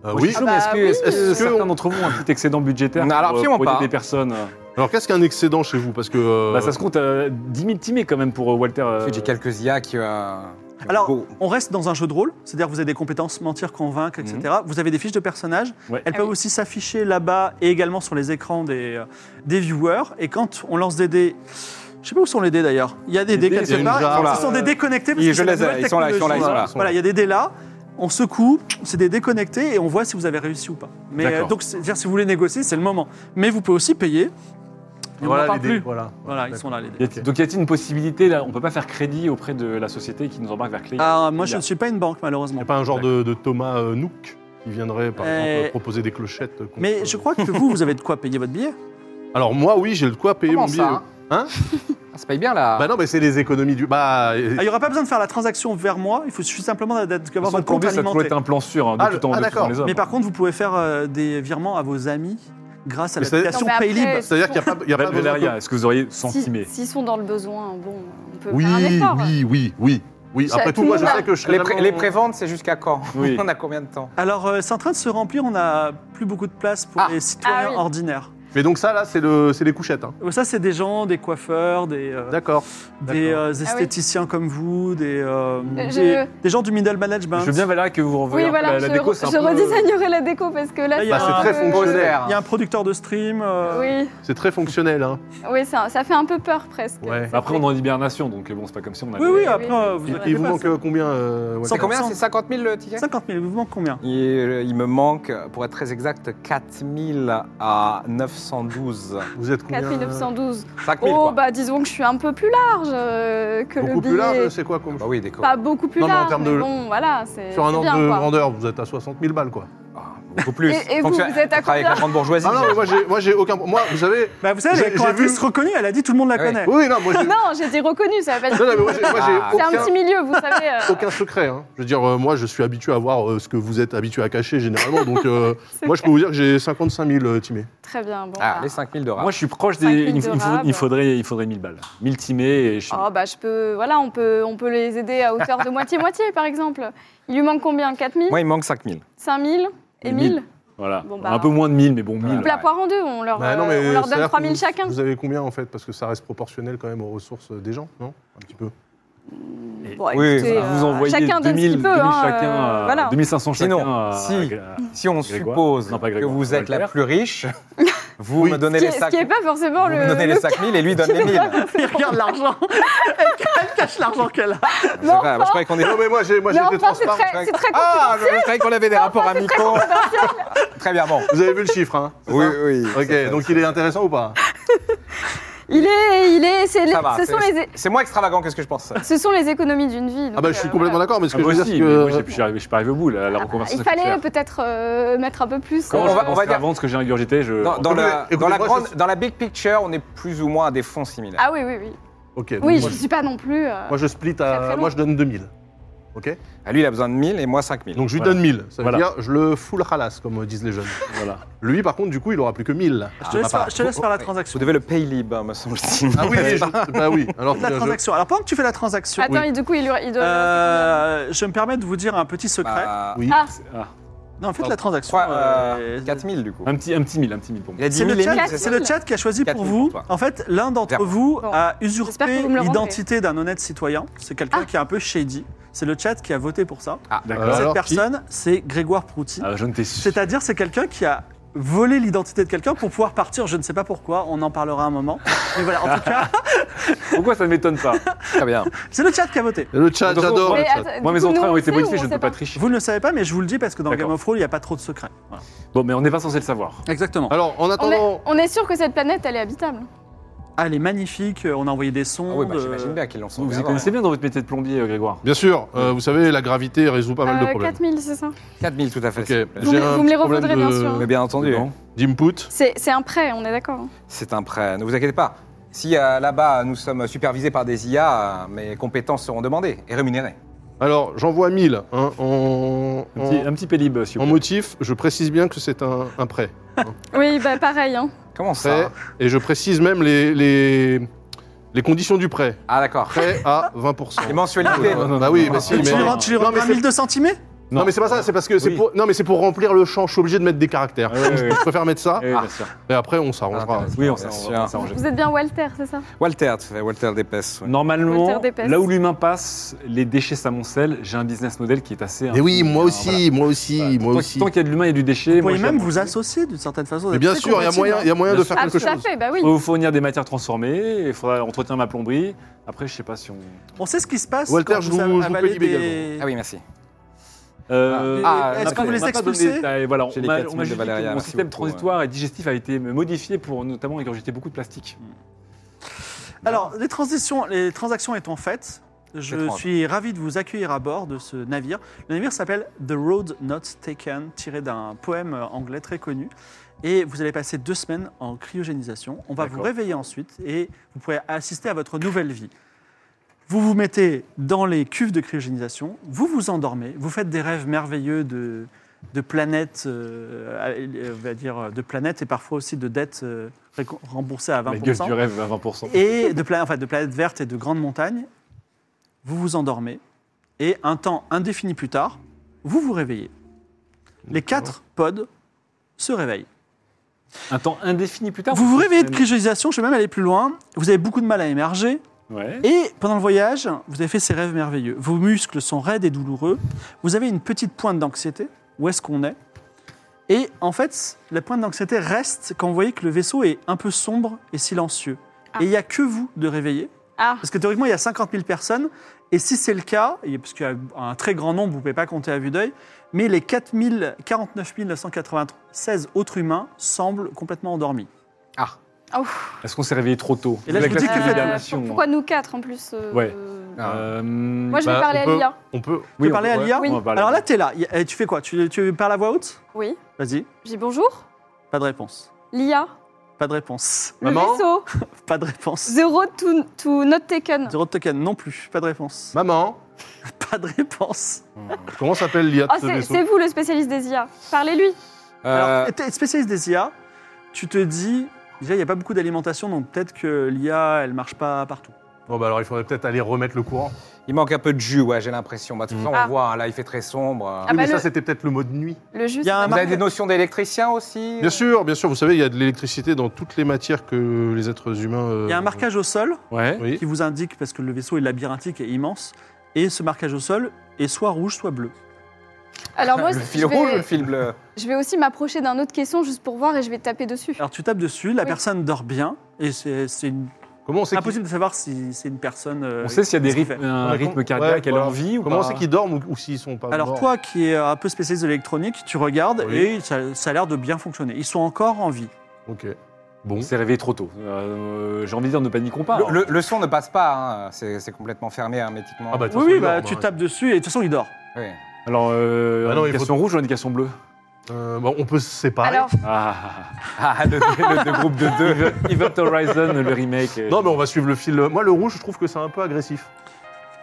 S5: Euh,
S7: Moi, je
S5: oui.
S7: suis chaud, mais est-ce
S6: Ah
S7: que,
S6: bah
S7: est-ce
S6: oui.
S7: que certains d'entre vous ont un petit excédent budgétaire
S4: Non, alors
S7: pour, euh,
S4: absolument
S7: pour aider
S4: pas.
S7: des personnes
S5: Alors qu'est-ce qu'un excédent chez vous Parce que. euh,
S7: Bah, Ça se compte à 10 000 timés quand même pour euh, Walter. euh,
S4: Ensuite, J'ai quelques IA qui. euh, qui ont
S2: Alors,
S4: beau-
S2: on reste dans un jeu de rôle, c'est-à-dire que vous avez des compétences, mentir, convaincre, etc. Vous avez des fiches de personnages.
S7: Ouais.
S2: Elles
S6: Ah
S2: peuvent
S6: oui.
S2: aussi s'afficher là-bas et également sur les écrans des, euh, des viewers. Et quand on lance des dés, je sais pas où sont les dés d'ailleurs. Il y a des
S7: Les
S2: dés
S7: dés, il y a
S2: quelque
S5: une
S2: part.
S5: jarre.
S2: Alors,
S4: Ils
S2: Ce
S4: sont
S2: sont
S4: là.
S2: des dés connectés.
S4: Je
S2: que c'est
S4: les
S2: la
S4: ai,
S2: nouvelle
S4: ils sont là, ils sont là, ils sont là.
S2: technologie. Voilà, il y a des dés là. On secoue, c'est des dés connectés et on voit si vous avez réussi ou pas. Mais
S7: D'accord.
S2: euh, donc, c'est-à-dire, si vous voulez négocier, c'est le moment. Mais vous pouvez aussi payer. Et on en
S5: Voilà
S2: parle
S5: l'idée.
S2: plus.
S5: Voilà.
S2: Voilà, ils sont là les dés.
S7: y a-t-il- Donc y a-t-il une possibilité là On peut pas faire crédit auprès de la société qui nous embarque vers Clé.
S2: Ah, moi, je
S7: Bien.
S2: ne suis pas une banque
S5: Il n'y
S2: malheureusement.
S5: a pas un genre de, de Thomas euh, Nook qui viendrait, par
S2: Euh,
S5: exemple, proposer des clochettes contre- euh,
S2: Mais je crois que vous, vous avez de quoi payer votre billet.
S5: Alors moi, oui, j'ai le quoi payer
S4: Comment
S5: mon billet.
S4: ça
S5: Hein
S4: Ah, ça paye bien, là.
S5: Bah non, mais c'est les économies du. Bah. euh,
S2: Ah, Il n'y aura pas besoin de faire la transaction vers moi, il faut suffit simplement d'a-
S7: Sans
S2: d'avoir votre compte
S7: plomber, ça a toujours
S2: alimenté.
S7: été un plan sûr, hein, de
S5: Ah, le-
S7: tout en
S5: ah,
S7: de tout en
S5: d'accord.
S7: les hommes.
S2: Mais par contre, vous pouvez faire euh, des virements à vos amis grâce à
S5: Mais c'est-à-dire-
S2: l'application
S6: Non, mais après,
S2: Paylib.
S5: C'est-à-dire qu'il n'y a pas. il y a pas
S7: Val
S5: besoin de-
S7: Valeria, est-ce que vous auriez centimé
S6: Si- S'ils sont dans le besoin, bon, on peut
S5: Oui,
S6: faire un effort. hein.
S5: oui, oui, oui, oui.
S6: Ça,
S5: Après
S6: tout
S5: tout, moi,
S6: le
S5: je
S6: monde
S5: sais
S6: a-
S5: que je serai
S4: Les, pré-
S5: vraiment-
S4: les préventes, c'est jusqu'à quand
S7: Oui.
S4: On a combien de temps
S2: Alors, euh, c'est en train de se remplir, on n'a plus beaucoup de place pour
S4: Ah.
S2: les citoyens
S6: Ah oui.
S2: ordinaires.
S5: Mais donc ça, là, c'est le, c'est les couchettes. hein.
S2: Euh, Ça, c'est des gens, des coiffeurs, des, euh,
S5: D'accord.
S2: des
S5: d'accord.
S2: euh, esthéticiens comme vous, des, euh,
S6: Euh,
S2: des,
S6: Ah je-
S2: des gens du middle management.
S7: Je veux bien Valéria que vous
S6: Oui,
S7: renvoyez
S6: voilà,
S7: la, la
S6: je,
S7: déco,
S6: re-
S7: c'est un
S6: je
S5: euh,
S7: peu- euh,
S6: redesignerai la déco parce que là,
S2: Là, il y
S5: Bah,
S2: a
S5: c'est
S2: un-
S5: très fonctionnel.
S2: Il y a un producteur de stream. euh,
S6: Oui,
S5: C'est très fonctionnel. Hein.
S6: oui ça, ça fait un peu peur presque.
S5: Ouais.
S7: Après, on est en hibernation, donc euh, bon, c'est pas comme si on avait.
S2: Oui, oui,
S6: Oui,
S2: après,
S6: oui.
S2: euh, vous
S5: Il,
S6: Ouais.
S5: il vous
S2: inquiétez
S5: manque
S2: pas,
S5: euh, combien euh, Walter
S2: Sans
S4: C'est combien
S2: 100%.
S4: C'est 50 000 le ticket
S2: 50 000, il vous manque combien
S4: il, euh, il me manque, pour être très exact, 4 000 à 912.
S5: Vous êtes combien euh,
S6: 4912.
S4: 5 000,
S6: Oh,
S4: quoi.
S6: bah disons que je suis un peu plus large euh, que le
S5: Beaucoup
S6: billet.
S5: plus large, c'est quoi comme
S4: Bah oui, déco.
S6: Pas beaucoup plus
S5: Non, mais en
S6: large,
S5: termes
S6: mais
S5: de-
S6: bon, voilà, c'est
S5: Sur un
S6: c'est
S5: ordre
S6: bien,
S5: de
S6: quoi.
S5: grandeur, vous êtes à 60 000 balles, quoi.
S4: Ah, beaucoup plus.
S6: Et- et
S4: Faut
S6: vous,
S4: que-
S6: vous êtes à
S4: travaille avec
S6: combien
S4: la grande bourgeoisie.
S5: Ah non, mais moi, j'ai- moi, j'ai aucun. Moi, vous savez.
S2: Bah, Vous savez,
S5: J'ai-
S2: la
S5: j'ai
S2: coratrice
S5: vu-
S2: reconnue, elle a dit tout le monde la
S4: Ah oui.
S2: connaît.
S5: Oui, non, moi, j'ai.
S6: Non, j'ai dit reconnu, ça veut
S5: Non,
S6: pas
S5: non,
S6: dire...
S5: mais moi, j'ai- moi, j'ai
S4: Ah.
S6: C'est un
S5: aucun-
S6: petit milieu, vous savez. euh,
S5: aucun secret. hein. Je veux dire, euh, moi, je suis habitué à voir euh, ce que vous êtes habitué à cacher généralement. Donc, euh,
S6: c'est-
S5: moi, je peux vous dire que j'ai 55 000 euh, timés.
S6: Très bien, bon.
S4: Ah,
S6: bah.
S4: les 5 000 de rap.
S7: Moi, je suis proche des.
S6: 5
S7: Il,
S6: 000
S7: me- il
S6: de
S7: me faudrait,
S6: rab.
S7: il, faudrait, il faudrait 1000 balles. 1000 timés et je suis.
S6: Oh, bah je peux... Voilà, on peut, on peut les aider à hauteur de moitié-moitié, par exemple. Il lui manque combien 4000
S4: Moi, il me manque 5 000.
S6: 5000
S7: Et
S6: et
S7: 1000.
S6: 1000
S7: Voilà.
S6: Bon, bah,
S7: un peu moins de 1000, mais bon,
S4: Ouais.
S7: 1000.
S6: On la poire en deux, on leur,
S5: Bah, non,
S6: euh,
S5: mais
S6: on leur donne
S5: c'est-à-dire que
S6: 3000
S5: vous-
S6: chacun.
S5: Vous avez combien en fait Parce que ça reste proportionnel quand même aux ressources euh, des gens, non Un petit peu.
S6: Bon,
S4: Oui,
S6: écoutez,
S4: voilà.
S6: euh,
S7: vous envoyez
S6: chacun donne
S7: 2000,
S6: ce qu'il peut.
S7: 2000
S6: hein,
S7: chacun,
S6: euh,
S7: euh,
S6: voilà.
S7: 2500
S4: Sinon,
S7: chacun. à-
S4: si.
S7: à-
S4: Si on
S7: Grégoire
S4: suppose
S7: Non, pas
S4: que
S7: Grégoire,
S4: vous êtes la
S7: Walter.
S4: plus riche, vous me donnez
S6: Ce qui
S4: les
S6: est- ce
S4: sacs.
S6: qui n'est pas forcément
S4: Vous
S6: le.
S4: me donnez les
S6: le
S4: 5000 et lui donne les 1000.
S2: Il regarde l'argent. Elle, elle cache l'argent qu'elle a.
S4: Je croyais qu'on était.
S5: Non, mais moi, j'ai- moi,
S6: Mais
S5: j'étais
S6: enfin, c'est
S5: transparent.
S6: très-
S4: je croyais-
S6: c'est très
S4: Ah, je, je croyais qu'on avait des rapports amicaux. Très bien, bon.
S5: Vous avez vu le chiffre, hein c'est
S4: Oui,
S5: ça
S4: oui.
S5: Ok, donc il est intéressant ou pas
S6: Il est. Il est, c'est les-
S4: Ça va,
S6: ce, sont
S4: c'est-
S6: les, é-
S4: C'est moins extravagant que ce que je pense.
S6: ce sont les économies d'une vie.
S5: Ah
S6: donc,
S5: bah je suis
S6: euh,
S5: complètement
S6: voilà.
S5: d'accord, mais ce
S7: Ah,
S5: que je
S7: moi
S5: veux dire,
S7: aussi,
S5: c'est
S7: mais moi, je
S5: que...
S7: suis arrivé, je suis pas arrivé au bout. La, la reconversion,
S6: Il
S7: ça coûte
S6: fallait
S7: cher.
S6: peut-être euh, mettre un peu plus.
S7: Comment
S6: euh,
S7: on
S4: va-
S7: va,
S4: on va dire-
S7: avant ce que j'ai ingurgité, je...
S4: Dans, dans la, dans,
S5: Écoutez,
S4: la
S5: écoutez, moi,
S4: grande-
S5: je-
S4: dans la big picture, on est plus ou moins à des fonds similaires.
S6: Ah oui, oui, oui.
S5: Ok, donc
S6: Oui, je
S5: moi,
S6: ne
S5: je-
S6: suis pas non plus. euh,
S5: moi, je split
S6: Très,
S5: à...
S6: très
S5: Moi je donne 2000. Ok
S4: Ah, Lui, il a besoin de 1000 et moi 5000.
S5: Donc je lui
S7: Voilà.
S5: donne 1000. Ça veut
S7: Voilà.
S5: dire je le full ralasse, comme disent les jeunes.
S7: Voilà.
S5: Lui par contre, du coup, il aura plus que 1000.
S2: Ah. Je te laisse faire, je te laisse faire la transaction.
S4: Vous devez le paye libre, me semble-t-il.
S5: Ah oui, oui, je- bah oui. Alors,
S2: La
S5: je-
S2: transaction. Alors pendant que tu fais la transaction,
S6: Attends, et du coup, il, doit- il doit.
S2: euh, je me permets de vous dire un petit secret.
S4: Bah,
S5: Oui.
S6: Ah,
S7: Ah,
S2: non, faites
S5: trois-
S2: la transaction.
S4: trois, euh,
S2: euh,
S4: 4000 du coup.
S7: un petit, un petit mille, un petit mille pour moi.
S4: Il a dit
S2: C'est le,
S4: 1000 et 1000,
S2: chat,
S4: c'est
S2: c'est
S4: ça
S2: le chat qui a choisi
S4: Quatre
S2: pour
S4: mille
S2: vous.
S4: pour toi.
S2: En fait, l'un d'entre
S4: Vers.
S2: vous
S6: Bon.
S2: a
S6: J'espère que
S2: usurpé
S6: vous me le rendrez. Ah.
S2: l'identité d'un honnête citoyen. C'est quelqu'un qui est un peu shady. C'est le chat qui a voté pour ça.
S5: Euh,
S7: D'accord.
S2: Cette
S5: alors,
S2: personne, c'est Grégoire Prouty.
S7: Ah, je ne t'ai su.
S2: C'est-à-dire, c'est quelqu'un qui a volé l'identité de quelqu'un pour pouvoir partir. Je ne sais pas pourquoi, on en parlera un moment. Mais voilà, en tout cas,
S7: Pourquoi ça ne m'étonne pas
S4: Très bien.
S2: c'est le chat qui a voté.
S5: Le chat,
S7: Donc,
S5: j'adore le
S6: mais
S5: chat.
S6: attends, du
S7: Moi, mes
S6: coup,
S7: entrailles
S6: nous,
S7: ont
S6: on
S7: été
S6: sait ou
S7: bonifiées,
S6: on
S7: je ne
S6: sait
S7: peux pas tricher.
S2: Vous ne le savez pas, mais je vous le dis parce que dans
S7: D'accord.
S2: Game of Thrones, il n'y a pas trop de secrets. Voilà.
S7: Bon, mais on n'est pas censé le savoir.
S2: Exactement.
S5: Alors, en
S6: On est,
S5: attendant...
S6: on est sûr que cette planète, elle est habitable.
S2: Ah, elle est magnifique, euh, on a envoyé des sons.
S4: Ah oui, bah, j'imagine bien qu'ils l'ont
S7: Vous
S4: sauvé.
S7: y
S4: avant.
S7: connaissez bien dans votre métier de plombier, euh, Grégoire
S5: Bien sûr, euh, vous savez, la gravité résout pas mal de
S6: Euh,
S5: problèmes.
S6: 4000, c'est ça
S4: 4000 tout à fait.
S5: Ok,
S4: s'il vous plaît.
S6: Vous
S5: j'ai
S6: me-
S5: un
S6: vous me les
S5: petit problème
S6: reprendrez, bien
S5: de-
S6: sûr.
S4: Mais bien entendu,
S7: Dedans.
S5: D'input.
S6: C'est c'est un prêt, on est d'accord. hein.
S4: c'est un prêt. Ne vous inquiétez pas. Si euh, là-bas nous sommes supervisés par des IA, euh, mes compétences seront demandées et rémunérées.
S5: Alors, j'envoie 1000 hein, en,
S7: Un petit,
S5: en-
S7: un petit pélib, si vous
S5: en
S7: plaît.
S5: motif. Je précise bien que c'est un, un prêt. hein.
S6: Oui, bah pareil. Hein.
S4: Comment ça
S5: Prêt. Et je précise même les, les, les conditions du prêt.
S4: Ah d'accord.
S5: Prêt à
S4: Et
S5: 20%.
S4: mensualité.
S7: non, non,
S5: bah
S7: non,
S5: oui,
S7: non,
S5: bah
S7: non,
S5: si,
S2: Tu lui
S5: mais...
S2: rends, tu lui
S5: Non,
S2: rends
S5: mais c'est-
S2: 1200 centimètres
S5: Non, mais c'est pas ça, c'est parce que c'est
S7: Oui.
S5: pour... Non, mais c'est pour remplir le champ, je suis obligé de mettre des caractères.
S7: Ah, ouais, ouais, ouais.
S5: Je préfère mettre ça,
S7: Eh oui, bien sûr.
S5: et après on
S4: Ah,
S5: s'arrangera.
S4: intéressant.
S7: Oui, on
S4: Bien
S7: s'est
S4: sûr.
S7: arrangé.
S6: Vous êtes bien Walter, c'est ça
S4: Walter, tu fais Walter Dépès. ouais.
S7: Normalement,
S6: Walter Dépès.
S7: là où l'humain passe, les déchets s'amoncellent. J'ai un business model qui est assez.
S5: Mais Ah. oui, moi
S7: Voilà.
S5: aussi, moi aussi,
S7: Voilà.
S5: moi
S7: Tant-
S5: aussi.
S7: Tant qu'il y a de l'humain et du déchet,
S2: Vous
S7: moi,
S2: pourriez
S7: j'ai
S2: même
S7: un-
S2: vous associer d'une certaine façon.
S5: Mais bien sûr, il y a moyen, il y a moyen de
S7: Bien
S5: faire
S6: Ah,
S5: quelque
S6: tout à
S5: chose.
S6: fait, bah oui.
S7: Faut vous fournir des matières transformées, il faudra entretenir ma plomberie. Après, je sais pas si on.
S2: On sait ce qui se passe.
S5: Walter,
S2: quand
S5: je
S2: vous,
S5: vous- je vous
S2: avalez
S5: paye
S2: des...
S4: Ah oui, merci.
S7: Euh,
S4: Ah,
S7: on
S4: est-ce
S7: a
S4: que
S7: pas-
S4: vous les
S7: on a pas
S2: expulsez
S7: donné de détails. Voilà,
S4: Chez
S7: on
S4: les
S7: m'a
S4: 4000
S7: on m'a
S4: de
S7: juste dit
S4: Valéria,
S7: que mon
S4: merci
S7: système
S4: beaucoup,
S7: transitoire et digestif a été modifié pour notamment ingurgiter beaucoup de plastique.
S2: Alors, les, transitions, les transactions étant faites, je
S4: Étrange.
S2: suis ravi de vous accueillir à bord de ce navire. Le navire s'appelle The Road Not Taken, tiré d'un poème euh, anglais très connu. Et vous allez passer deux semaines en cryogénisation. On va vous
S7: D'accord.
S2: réveiller ensuite et vous pourrez assister à votre nouvelle vie. Vous vous mettez dans les cuves de cryogénisation, vous vous endormez, vous faites des rêves merveilleux de, de planètes, euh, euh, on va dire, de planètes et parfois aussi de dettes euh, récom- remboursées à 20%.
S7: La gueule du rêve à 20%.
S2: Et de, pla- enfin, de planètes vertes et de grandes montagnes, vous vous endormez. Et un temps indéfini plus tard, vous vous réveillez. Les quatre pods se réveillent.
S7: Un temps indéfini plus tard.
S2: Vous vous réveillez de
S7: crise.
S2: cryogénisation, je vais même aller plus loin. Vous avez beaucoup de mal à émerger.
S7: Ouais.
S2: Et pendant le voyage, vous avez fait ces rêves merveilleux. Vos muscles sont raides et douloureux. Vous avez une petite pointe d'anxiété. Où est-ce qu'on est Et en fait, la pointe d'anxiété reste quand vous voyez que le vaisseau est un peu sombre et silencieux.
S6: Ah.
S2: Et il n'y a que vous de réveiller.
S6: Ah,
S2: Parce que théoriquement, il y a 50 000 personnes. Et si c'est le cas, et parce qu'il y a un très grand nombre, vous ne pouvez pas compter à vue d'œil, mais les 4 000 49 996 autres humains semblent complètement endormis.
S4: Ah,
S7: Est-ce qu'on s'est réveillé trop tôt
S2: Et là, je vous dis que-
S6: euh,
S2: faites
S7: Classification,
S5: hein.
S6: pourquoi nous quatre en plus euh,
S7: Ouais.
S6: euh,
S7: hein. Euh,
S6: Moi, je vais
S5: Bah,
S6: parler
S5: on
S6: à
S5: peut-
S6: Lia.
S5: On peut.
S2: Ah. Tu veux parler à
S7: ouais,
S2: l'IA
S7: on va parler
S2: Alors
S7: à
S2: là, tu es là. Et tu fais quoi tu, tu parles à voix haute
S6: Oui.
S2: Vas-y.
S6: J'ai bonjour.
S2: Pas de réponse.
S6: Lia,
S2: Pas de réponse.
S6: le
S5: Maman
S6: vaisseau,
S2: Pas de réponse.
S6: The Road to, to Not Taken.
S2: Zero token non plus. Pas de réponse.
S5: Maman, Euh,
S2: Pas de réponse.
S5: comment s'appelle l'IA de
S6: Oh,
S5: ce
S6: c'est
S5: vaisseau
S6: c'est vous le spécialiste des IA. Parlez-lui.
S4: Euh,
S2: Alors, t'es spécialiste des IA, tu te dis, déjà, il n'y a pas beaucoup d'alimentation, donc peut-être que l'IA, elle marche pas partout.
S5: Bon, bah alors il faudrait peut-être aller remettre le courant.
S4: Il manque un peu de jus, ouais, j'ai l'impression. Bah, de toute
S2: Mm.
S4: façon, on
S6: Ah.
S4: voit, hein, là, il fait très sombre. euh.
S6: Ah
S5: oui,
S6: bah
S5: mais ça,
S6: le-
S5: c'était peut-être le mot de nuit.
S6: Le jus,
S2: Il y a
S6: c'est
S2: un
S6: pas
S4: Vous
S6: mal.
S4: avez des notions d'électricien aussi euh
S5: Bien sûr, bien sûr, vous savez, il y a de l'électricité dans toutes les matières que les êtres humains. euh,
S2: Il y a un marquage au sol
S7: Ouais.
S5: Oui.
S2: qui vous indique, parce que le vaisseau est labyrinthique et immense, et ce marquage au sol est soit rouge, soit bleu.
S6: Alors moi,
S4: Le
S6: je
S4: fil
S6: vais-
S4: rouge ou le fil bleu
S6: je vais aussi m'approcher d'un autre caisson juste pour voir et je vais taper dessus.
S5: Ah,
S2: Alors tu tapes dessus, la
S6: Oui.
S2: personne dort bien, et c'est c'est une-
S5: Comment on sait qu'ils
S2: impossible de savoir si c'est une personne... euh,
S7: On sait s'il y a des
S2: qu'est-ce qu'il
S7: rythmes,
S2: fait.
S7: un
S5: Ouais,
S7: rythme
S5: com-
S7: cardiaque
S5: ouais,
S7: à
S5: voilà.
S7: l'envie ou
S5: Comment on
S7: pas
S5: sait qu'ils dorment ou, ou s'ils sont pas
S2: Alors
S5: morts
S2: toi qui es un peu spécialiste de l'électronique, tu regardes
S5: Oui.
S2: et ça, ça a l'air de bien fonctionner. Ils sont encore en vie.
S5: Ok. Bon.
S7: On s'est réveillé trop tôt. Euh, J'ai envie de dire, ne paniquons pas.
S4: le, le- le son ne passe pas, hein, c'est c'est complètement fermé hermétiquement.
S5: Ah bah, de
S2: Oui,
S5: toute façon,
S2: oui,
S5: ils
S2: bah,
S5: dorment,
S2: tu
S5: hein.
S2: tapes dessus et de toute façon il dort.
S4: Oui.
S7: Alors, euh,
S5: Ah non, il faut-
S7: indication rouge ou indication bleue
S5: Euh, bon, on peut se séparer.
S6: Alors,
S7: Ah,
S4: Ah, le, le- le groupe de deux.
S7: Event Horizon, le remake. euh,
S5: Non, mais on va suivre le fil. Moi, le rouge, je trouve que c'est un peu agressif.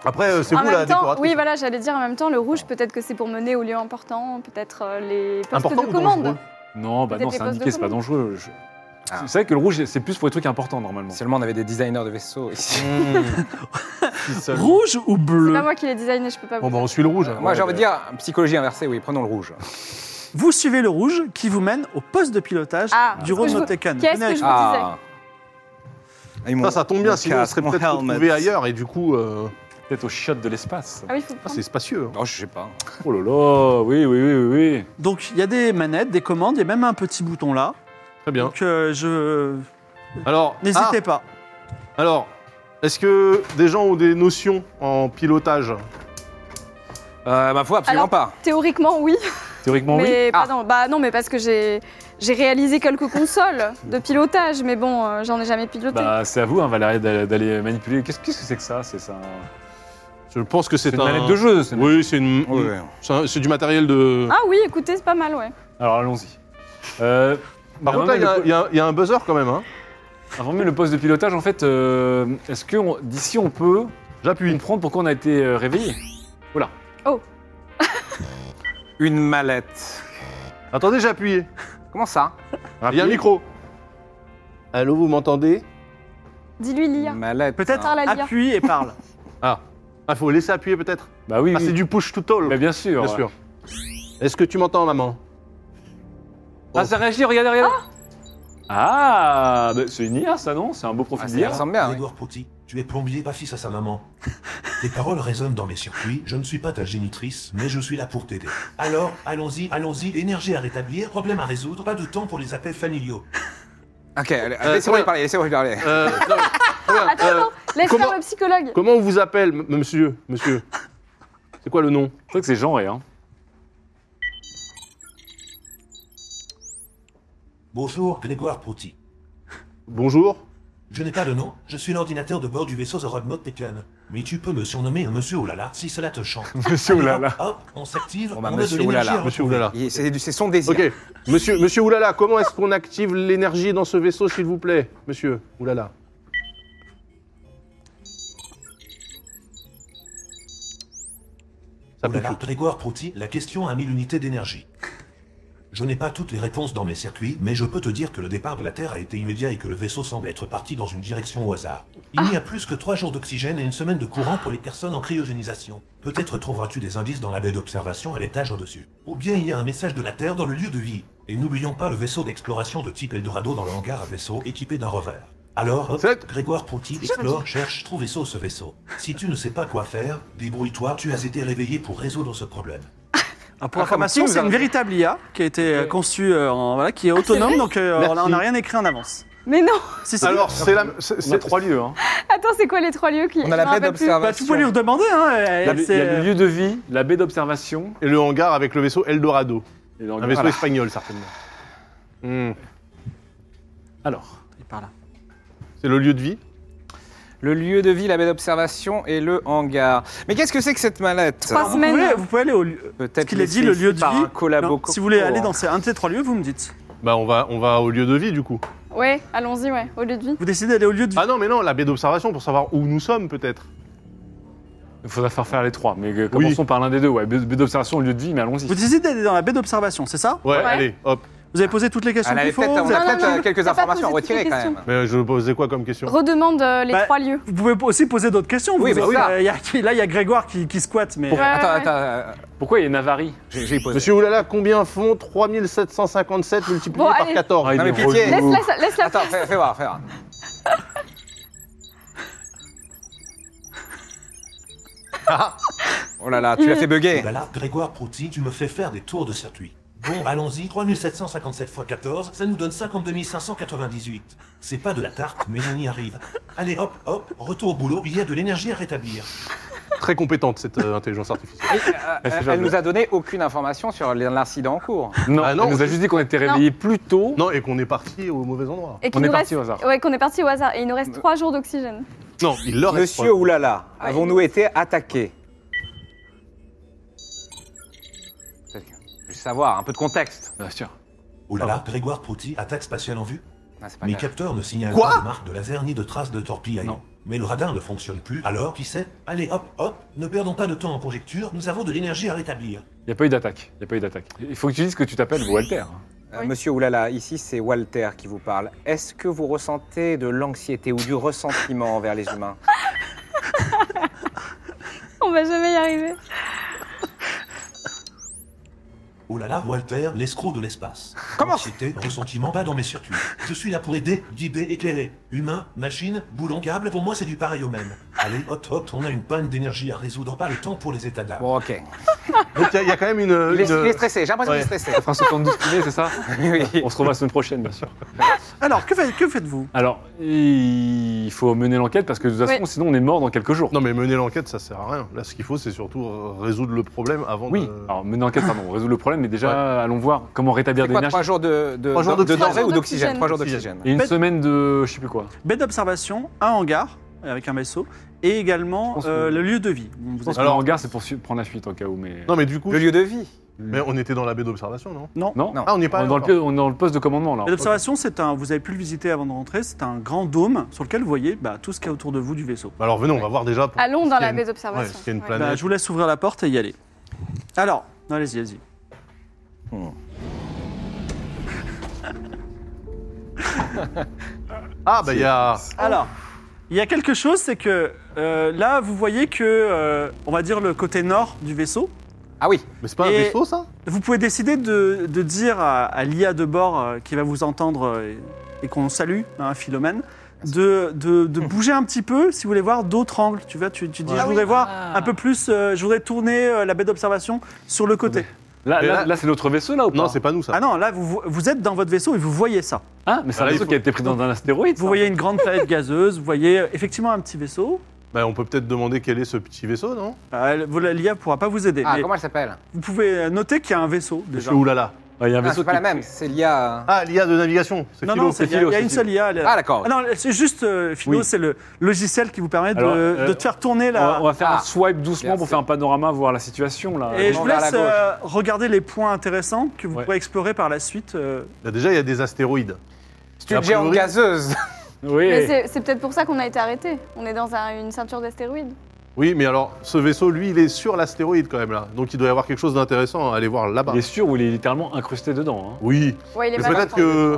S5: Après, euh, c'est
S6: en
S5: vous la
S6: même temps,
S5: décoratrice.
S6: oui, voilà, j'allais dire en même temps, le rouge, peut-être que c'est pour mener au lieu important, peut-être euh, les postes
S5: Important
S6: de
S5: ou
S6: commande.
S5: dangereux
S7: Non, bah
S6: Peut-être
S7: non,
S6: les
S7: c'est
S6: postes
S7: indiqué,
S6: de
S7: c'est pas
S6: commande.
S7: dangereux. Je-
S4: Ah.
S7: C'est vrai que le rouge, c'est plus pour les trucs importants normalement.
S4: Seulement, on avait des designers de vaisseaux ici.
S5: Si seul.
S2: Rouge ou
S6: C'est
S2: bleu
S6: pas moi qui l'ai designé, je peux pas
S5: Bon,
S6: vous.
S5: bah, on suit le rouge. hein.
S4: Moi, j'ai
S5: Ouais,
S4: envie de dire, psychologie inversée, oui, prenons le rouge.
S2: Vous suivez le rouge qui vous mène au poste de pilotage
S6: Ah,
S2: du
S6: est-ce que je vous-
S2: Ronotecan.
S6: qu'est-ce que je- bah-
S4: Ah, ils m'ont-
S5: Ça, ça tombe bien,
S4: mon
S5: sinon on
S4: casque,
S5: serait
S4: mon
S5: peut-être
S4: helmet.
S5: retrouvé ailleurs et du coup, euh,
S7: Peut-être au shot de l'espace.
S6: Ah oui, faut
S5: ah,
S6: le prendre.
S5: c'est spacieux.
S4: Non, je sais pas.
S7: Oh là là, oui, oui, oui, oui. oui.
S2: Donc il y a des manettes, des commandes, il y a même un petit bouton là.
S5: Très bien.
S2: Donc euh, je
S5: Alors,
S2: n'hésitez
S5: ah,
S2: pas.
S5: Alors, est-ce que des gens ont des notions en pilotage
S4: Euh, ma foi, absolument
S6: Alors-
S4: pas.
S6: Théoriquement, oui,
S7: Théoriquement, oui.
S6: mais
S4: Ah.
S6: pas dans- Bah non, mais parce que j'ai j'ai réalisé quelques consoles de pilotage, mais bon, euh, j'en ai jamais piloté.
S7: Bah, c'est à vous, hein, Valérie, d'a- d'aller manipuler. Qu'est-ce qu'est-ce que c'est que ça C'est ça un-
S5: Je pense que c'est
S7: c'est
S5: un.
S7: une manette de jeu. c'est-
S5: Oui, c'est une.
S4: Oui, oui.
S5: c'est un- C'est du matériel de.
S6: Ah oui, écoutez, c'est pas mal, ouais.
S7: Alors, allons-y. Euh,
S5: Par
S7: avant
S5: contre, là, il
S7: même
S5: y a-
S7: le
S5: Bah, il y, a- il y a un buzzer quand même. hein.
S7: po- avant même le poste de pilotage, en fait, euh, est-ce que on- d'ici on peut
S5: J'appuie.
S7: comprendre pourquoi on a été euh, réveillé
S6: Oh.
S4: Une mallette.
S5: Attendez, j'ai appuyé.
S4: Comment ça
S5: Il y a un micro. Allô, vous m'entendez
S6: Dis-lui Lia.
S4: Une mallette.
S2: Peut-être
S6: Parle à Lia.
S2: appuie et parle.
S5: Ah. Ah, faut laisser appuyer peut-être.
S7: Bah oui,
S5: Ah,
S7: oui.
S5: c'est du push to talk.
S7: Bah, bien sûr.
S5: Bien
S7: ouais.
S5: sûr. Est-ce que tu m'entends, maman
S7: Ah, ça réagit, regardez, regardez. Ah, bah, c'est une IA, ça, non C'est un beau
S4: Ah,
S7: profil
S4: ça
S7: d'IA.
S4: ressemble bien. oui.
S8: Grégoire Poti, tu es plombier, pas fils à sa maman. Tes paroles résonnent dans mes circuits, je ne suis pas ta génitrice, mais je suis là pour t'aider. Alors, allons-y, allons-y, énergie à rétablir, problème à résoudre, pas de temps pour les appels familiaux.
S4: Ok, allez, laissez-moi
S5: comment-
S4: y parler, laissez-moi y parler.
S5: Euh, non, mais-
S6: Ah, Attends,
S5: Euh,
S6: attends, laisse
S5: comment-
S6: faire le psychologue.
S5: Comment on vous appelle, m- monsieur Monsieur C'est quoi le nom
S7: C'est vrai que c'est genré, hein.
S8: Bonjour, Grégoire Poti.
S5: Bonjour.
S8: Je n'ai pas de nom, je suis l'ordinateur de bord du vaisseau The Rodmod Tekken. Mais tu peux me surnommer un monsieur Oulala si cela te chante.
S7: Monsieur Oulala.
S8: Hop, hop, on s'active,
S4: Bon, bah,
S8: on a de
S4: monsieur
S8: l'énergie hein.
S4: Oulala,
S8: à
S5: Oh, Monsieur
S8: retrouver.
S5: Oulala.
S4: Il- C'est du- c'est son désir.
S5: Ok. Monsieur, monsieur Oulala, comment est-ce qu'on active l'énergie dans ce vaisseau, s'il vous plaît Monsieur Oulala. Ça
S8: Oulala,
S5: pue.
S8: Oh Grégoire Prouty, la question a 1000 unités d'énergie. Je n'ai pas toutes les réponses dans mes circuits, mais je peux te dire que le départ de la Terre a été immédiat et que le vaisseau semble être parti dans une direction au hasard. Il
S2: Ah.
S8: n'y a plus que trois jours d'oxygène et une semaine de courant pour les personnes en cryogénisation. Peut-être trouveras-tu des indices dans la baie d'observation à l'étage au-dessus. Ou bien il y a un message de la Terre dans le lieu de vie. Et n'oublions pas le vaisseau d'exploration de type Eldorado dans le hangar à vaisseau équipé d'un rover. Alors, hop,
S5: C'est-
S8: Grégoire Prouty explore, cherche, trouve vaisseau ce vaisseau. Si tu ne sais pas quoi faire, débrouille-toi, tu as été réveillé pour résoudre ce problème.
S2: Alors, pour
S4: Ah, comme
S2: information,
S4: si vous
S2: c'est une
S4: avez-
S2: véritable IA qui a été euh, conçue, euh, en- voilà,
S6: Ah,
S2: qui est autonome, donc euh,
S5: Merci.
S2: on n'a rien écrit en avance.
S6: Mais non,
S2: Si, si.
S5: Alors, c'est la. c'est-
S7: On a
S5: c'est-
S7: trois lieux, hein.
S6: attends, c'est quoi les trois lieux qui.
S4: On a la
S6: je m'en
S4: baie
S6: rappelle plus.
S2: Bah, tu pouvais lui
S4: d'observation.
S2: redemander. Hein, elle-
S7: Il y a- il y a
S2: c'est-
S7: le lieu de vie, la baie d'observation.
S5: Et le hangar avec le vaisseau Eldorado.
S7: et dans
S5: Un
S7: le-
S5: vaisseau
S7: Voilà.
S5: espagnol, certainement. Hmm.
S7: Alors,
S2: Il est par là.
S5: C'est le lieu de vie.
S4: Le lieu de vie, la baie d'observation et le hangar. Mais qu'est-ce que c'est que cette mallette
S6: Trois
S4: hein
S2: Vous
S6: semaines.
S2: pouvez, vous pouvez aller au lieu.
S4: Peut-être
S2: Parce qu'il a
S4: laissé
S2: dit le
S4: ici
S2: lieu de
S4: par un
S2: vie.
S4: collabo
S2: Non, si vous voulez
S4: coco,
S2: aller
S4: hein.
S2: dans ces- un de ces trois lieux, vous me dites.
S5: Bah, on va, on va au lieu de vie, du coup.
S6: Ouais, allons-y, ouais, au lieu de vie.
S2: Vous décidez d'aller au lieu de vie.
S5: Ah non, mais non, la baie d'observation pour savoir où nous sommes, peut-être.
S7: il faudra faire faire les trois, mais euh, commençons par l'un des deux. Ouais, baie baie d'observation, lieu de vie, mais allons-y.
S2: Vous décidez d'aller dans la baie d'observation, c'est ça
S5: Ouais,
S6: Ouais.
S5: allez, hop.
S2: Vous avez posé toutes les questions
S4: Elle avait
S2: qu'il faut.
S4: peut-être
S2: vous avez-
S4: on
S6: Oh. Non, non,
S4: a
S6: non,
S4: peut-être euh,
S6: t'as
S4: quelques
S6: pas
S4: informations à
S6: posé toutes les
S4: retirer quand
S6: questions.
S4: même.
S5: Mais je posais quoi comme question
S6: Redemande euh, les
S2: Bah,
S6: trois lieux.
S2: Vous pouvez aussi poser d'autres questions.
S4: Oui,
S2: vous
S4: bah oui.
S2: euh, il y a- là, il y a Grégoire qui, qui squatte, mais.
S6: Ouais,
S4: Attends,
S6: ouais.
S4: attends, euh,
S9: Pourquoi il y a Navari
S4: j'ai j'ai posé.
S5: Monsieur Oulala, combien font 3757 multiplié
S6: Bon,
S5: par
S6: allez.
S5: 14
S7: Ah, il
S4: Non, mais
S7: est
S4: pitié.
S7: relou.
S6: Laisse-la laisse-la
S4: Attends, fais, fais voir, fais voir. Ah. oh là là, tu l'as fait bugger.
S8: Bah là, Grégoire Prouty, tu me fais faire des tours de circuit. Bon, allons-y, 3757 x 14, ça nous donne 52 598. C'est pas de la tarte, mais on y arrive. Allez, hop, hop, retour au boulot, il y a de l'énergie à rétablir.
S5: Très compétente cette euh, intelligence artificielle.
S4: Et, euh,
S7: c'est
S4: elle
S7: genre
S4: nous a donné aucune information sur l'incident en cours.
S7: Non,
S5: Ah non,
S7: elle nous a juste dit qu'on était réveillés plus tôt.
S5: Non, et qu'on est parti au mauvais endroit.
S6: Et
S7: On
S6: qu'il
S7: est
S6: nous
S7: parti
S6: reste.
S7: au hasard.
S6: Ouais, qu'on est parti au hasard. Et il nous reste trois jours d'oxygène.
S5: Non, il leur reste
S4: Monsieur Oulala, avons-nous été attaqués Peut-être que- Juste savoir, un peu de contexte.
S7: Bien sûr.
S8: Oh là là, Grégoire Prouty, attaque spatiale en vue
S4: Ah, c'est pas
S8: Mes
S4: grave.
S8: capteurs ne signalent
S5: Quoi
S8: pas de marque de laser ni de traces de torpille
S7: Non.
S8: Mais le radar ne fonctionne plus, alors qui sait Allez, hop, hop, ne perdons pas de temps en conjecture, nous avons de l'énergie à rétablir.
S7: Il n'y a pas eu d'attaque. Il n'y a pas eu d'attaque. Il faut que tu dises que tu t'appelles Ah, Walter.
S4: Euh, Monsieur Oulala, ici c'est Walter qui vous parle. Est-ce que vous ressentez de l'anxiété ou du ressentiment envers les humains
S6: On va jamais y arriver.
S8: Oh là là, Walter, l'escroc de l'espace.
S4: Comment
S8: C'était ressentiment pas dans mes circuits. Je suis là pour aider, guider, éclairer. Humain, machine, boulon, câble, pour moi c'est du pareil au même. Allez, hop, hop, on a une panne d'énergie à résoudre, pas le temps pour les états d'âme.
S4: Bon, ok.
S5: Donc il y a- il y, a quand même une.
S4: Il est,
S5: une-
S4: il est stressé, j'ai l'impression qu'il est stressé.
S7: Enfin, 72 kinés, c'est ça
S4: Oui.
S7: On se revoit la semaine prochaine, bien sûr.
S2: Alors, que, fait- que faites-vous
S7: Alors, il faut mener l'enquête parce que de toute façon,
S6: Oui.
S7: sinon on est mort dans quelques jours.
S5: Non, mais mener l'enquête, ça sert à rien. Là, ce qu'il faut, c'est surtout euh, résoudre le problème avant
S7: Oui,
S5: de.
S7: alors mener l'enquête, pardon, on résout le problème, mais déjà, allons voir comment rétablir
S4: C'est
S7: des
S4: quoi,
S7: l'énergie.
S4: trois jours de, de,
S5: Trois jours
S4: de- de
S5: d'oxygène.
S4: denrées ou d'oxygène
S6: Trois
S4: Trois jours
S5: jours
S4: d'oxygène.
S7: Et une
S2: Ben-
S7: semaine de. je sais plus quoi.
S2: Baie d'observation, un hangar euh, avec un vaisseau et
S7: Je
S2: également
S7: pense
S2: euh,
S7: que-
S2: le lieu de vie.
S7: Je
S2: Vous
S7: pense
S2: êtes-
S7: que le hangar, c'est pour su- prendre la fuite au cas où, mais.
S5: Non, mais du coup,
S4: Le lieu de vie.
S5: mais on était dans la baie d'observation, non
S7: Non,
S4: Non.
S5: Ah, on n'y est pas
S7: On, est
S5: allé
S7: dans le,
S5: encore.
S7: pi- on est dans le poste de commandement, là.
S2: Baie d'observation, c'est un. Vous avez pu le visiter avant de rentrer. C'est un grand dôme sur lequel vous voyez bah, tout ce qu'il y a autour de vous du vaisseau.
S5: Bah, Alors venez, on va voir déjà. Pour...
S6: Allons dans
S5: s'il y a
S6: la
S5: une-
S6: baie
S5: Ouais,
S6: d'observation.
S5: s'il y a une
S6: Ouais.
S5: planète.
S2: Bah, je vous laisse ouvrir la porte et y aller. Alors, non, allez-y, allez-y.
S5: Ah, bah il y a.
S2: Alors, il y a quelque chose, c'est que euh, là, vous voyez que, euh, on va dire, le côté nord du vaisseau,
S4: Ah oui,
S5: Mais c'est pas un
S2: Et-
S5: vaisseau, ça
S2: Vous pouvez décider de, de dire à, à l'IA de bord euh, qui va vous entendre euh, et, et qu'on salue, hein, Philomène, de, de-
S5: Hmm.
S2: de bouger un petit peu si vous voulez voir d'autres angles. Tu vois, tu, tu dis, je voudrais voir un peu plus, euh, je voudrais tourner euh, la baie d'observation sur le côté.
S7: Là,
S5: Mais
S7: là,
S5: là-
S7: là, c'est notre vaisseau, là, ou pas
S5: Non, c'est pas nous, ça.
S2: Ah non, là, vous, vous êtes dans votre vaisseau et vous voyez ça.
S7: Ah, mais c'est un
S5: Là, il
S7: vaisseau
S5: faut-
S7: qui a été pris dans un astéroïde.
S2: Vous
S7: ça.
S2: voyez une grande planète gazeuse, vous voyez euh, effectivement un petit vaisseau.
S5: Bah, on peut peut-être demander quel est ce petit vaisseau, non
S2: Euh, vous- L'IA ne pourra pas vous aider.
S4: ah,
S2: mais
S4: comment elle s'appelle
S2: vous pouvez euh, noter qu'il y a un vaisseau déjà.
S5: Monsieur Oulala.
S7: Ah, Il y a un
S4: Ah,
S7: vaisseau
S4: C'est pas
S7: qui-
S4: la même, c'est l'IA. hein.
S5: Ah, l'IA de navigation. C'est
S2: Non,
S5: Philo,
S2: non, c'est- il
S5: c'est
S2: y a-
S5: Philo,
S2: il y a
S5: c'est
S2: une
S5: Philo.
S2: seule IA. elle-
S4: Ah, d'accord.
S2: Ah non, c'est juste, euh, Philo,
S7: Oui.
S2: c'est le logiciel qui vous permet de,
S7: Alors, euh,
S2: de te faire tourner
S7: On va-
S2: la...
S7: on va faire un
S4: Ah.
S7: swipe doucement pour
S4: Merci.
S7: faire un panorama, voir la situation, là.
S2: Et je
S4: on
S2: vous
S4: va à
S2: laisse
S4: la gauche.
S2: euh, regarder les points intéressants que vous
S7: Ouais.
S2: pourrez explorer par la suite. euh.
S5: Bah, Déjà, il y a des astéroïdes.
S4: C'est une
S5: a priori-
S4: géante gazeuse.
S6: Mais
S7: Oui.
S6: c'est- c'est peut-être pour ça qu'on a été arrêté. On est dans un- une ceinture d'astéroïdes.
S5: Oui, mais alors, ce vaisseau, lui, il est sur l'astéroïde quand même là. Donc il doit y avoir quelque chose d'intéressant à aller voir là-bas.
S7: Il est sûr ou il est littéralement incrusté dedans. hein.
S5: Oui.
S6: Ouais, il est
S5: Mais
S6: mal
S5: peut-être
S6: entendu.
S5: que.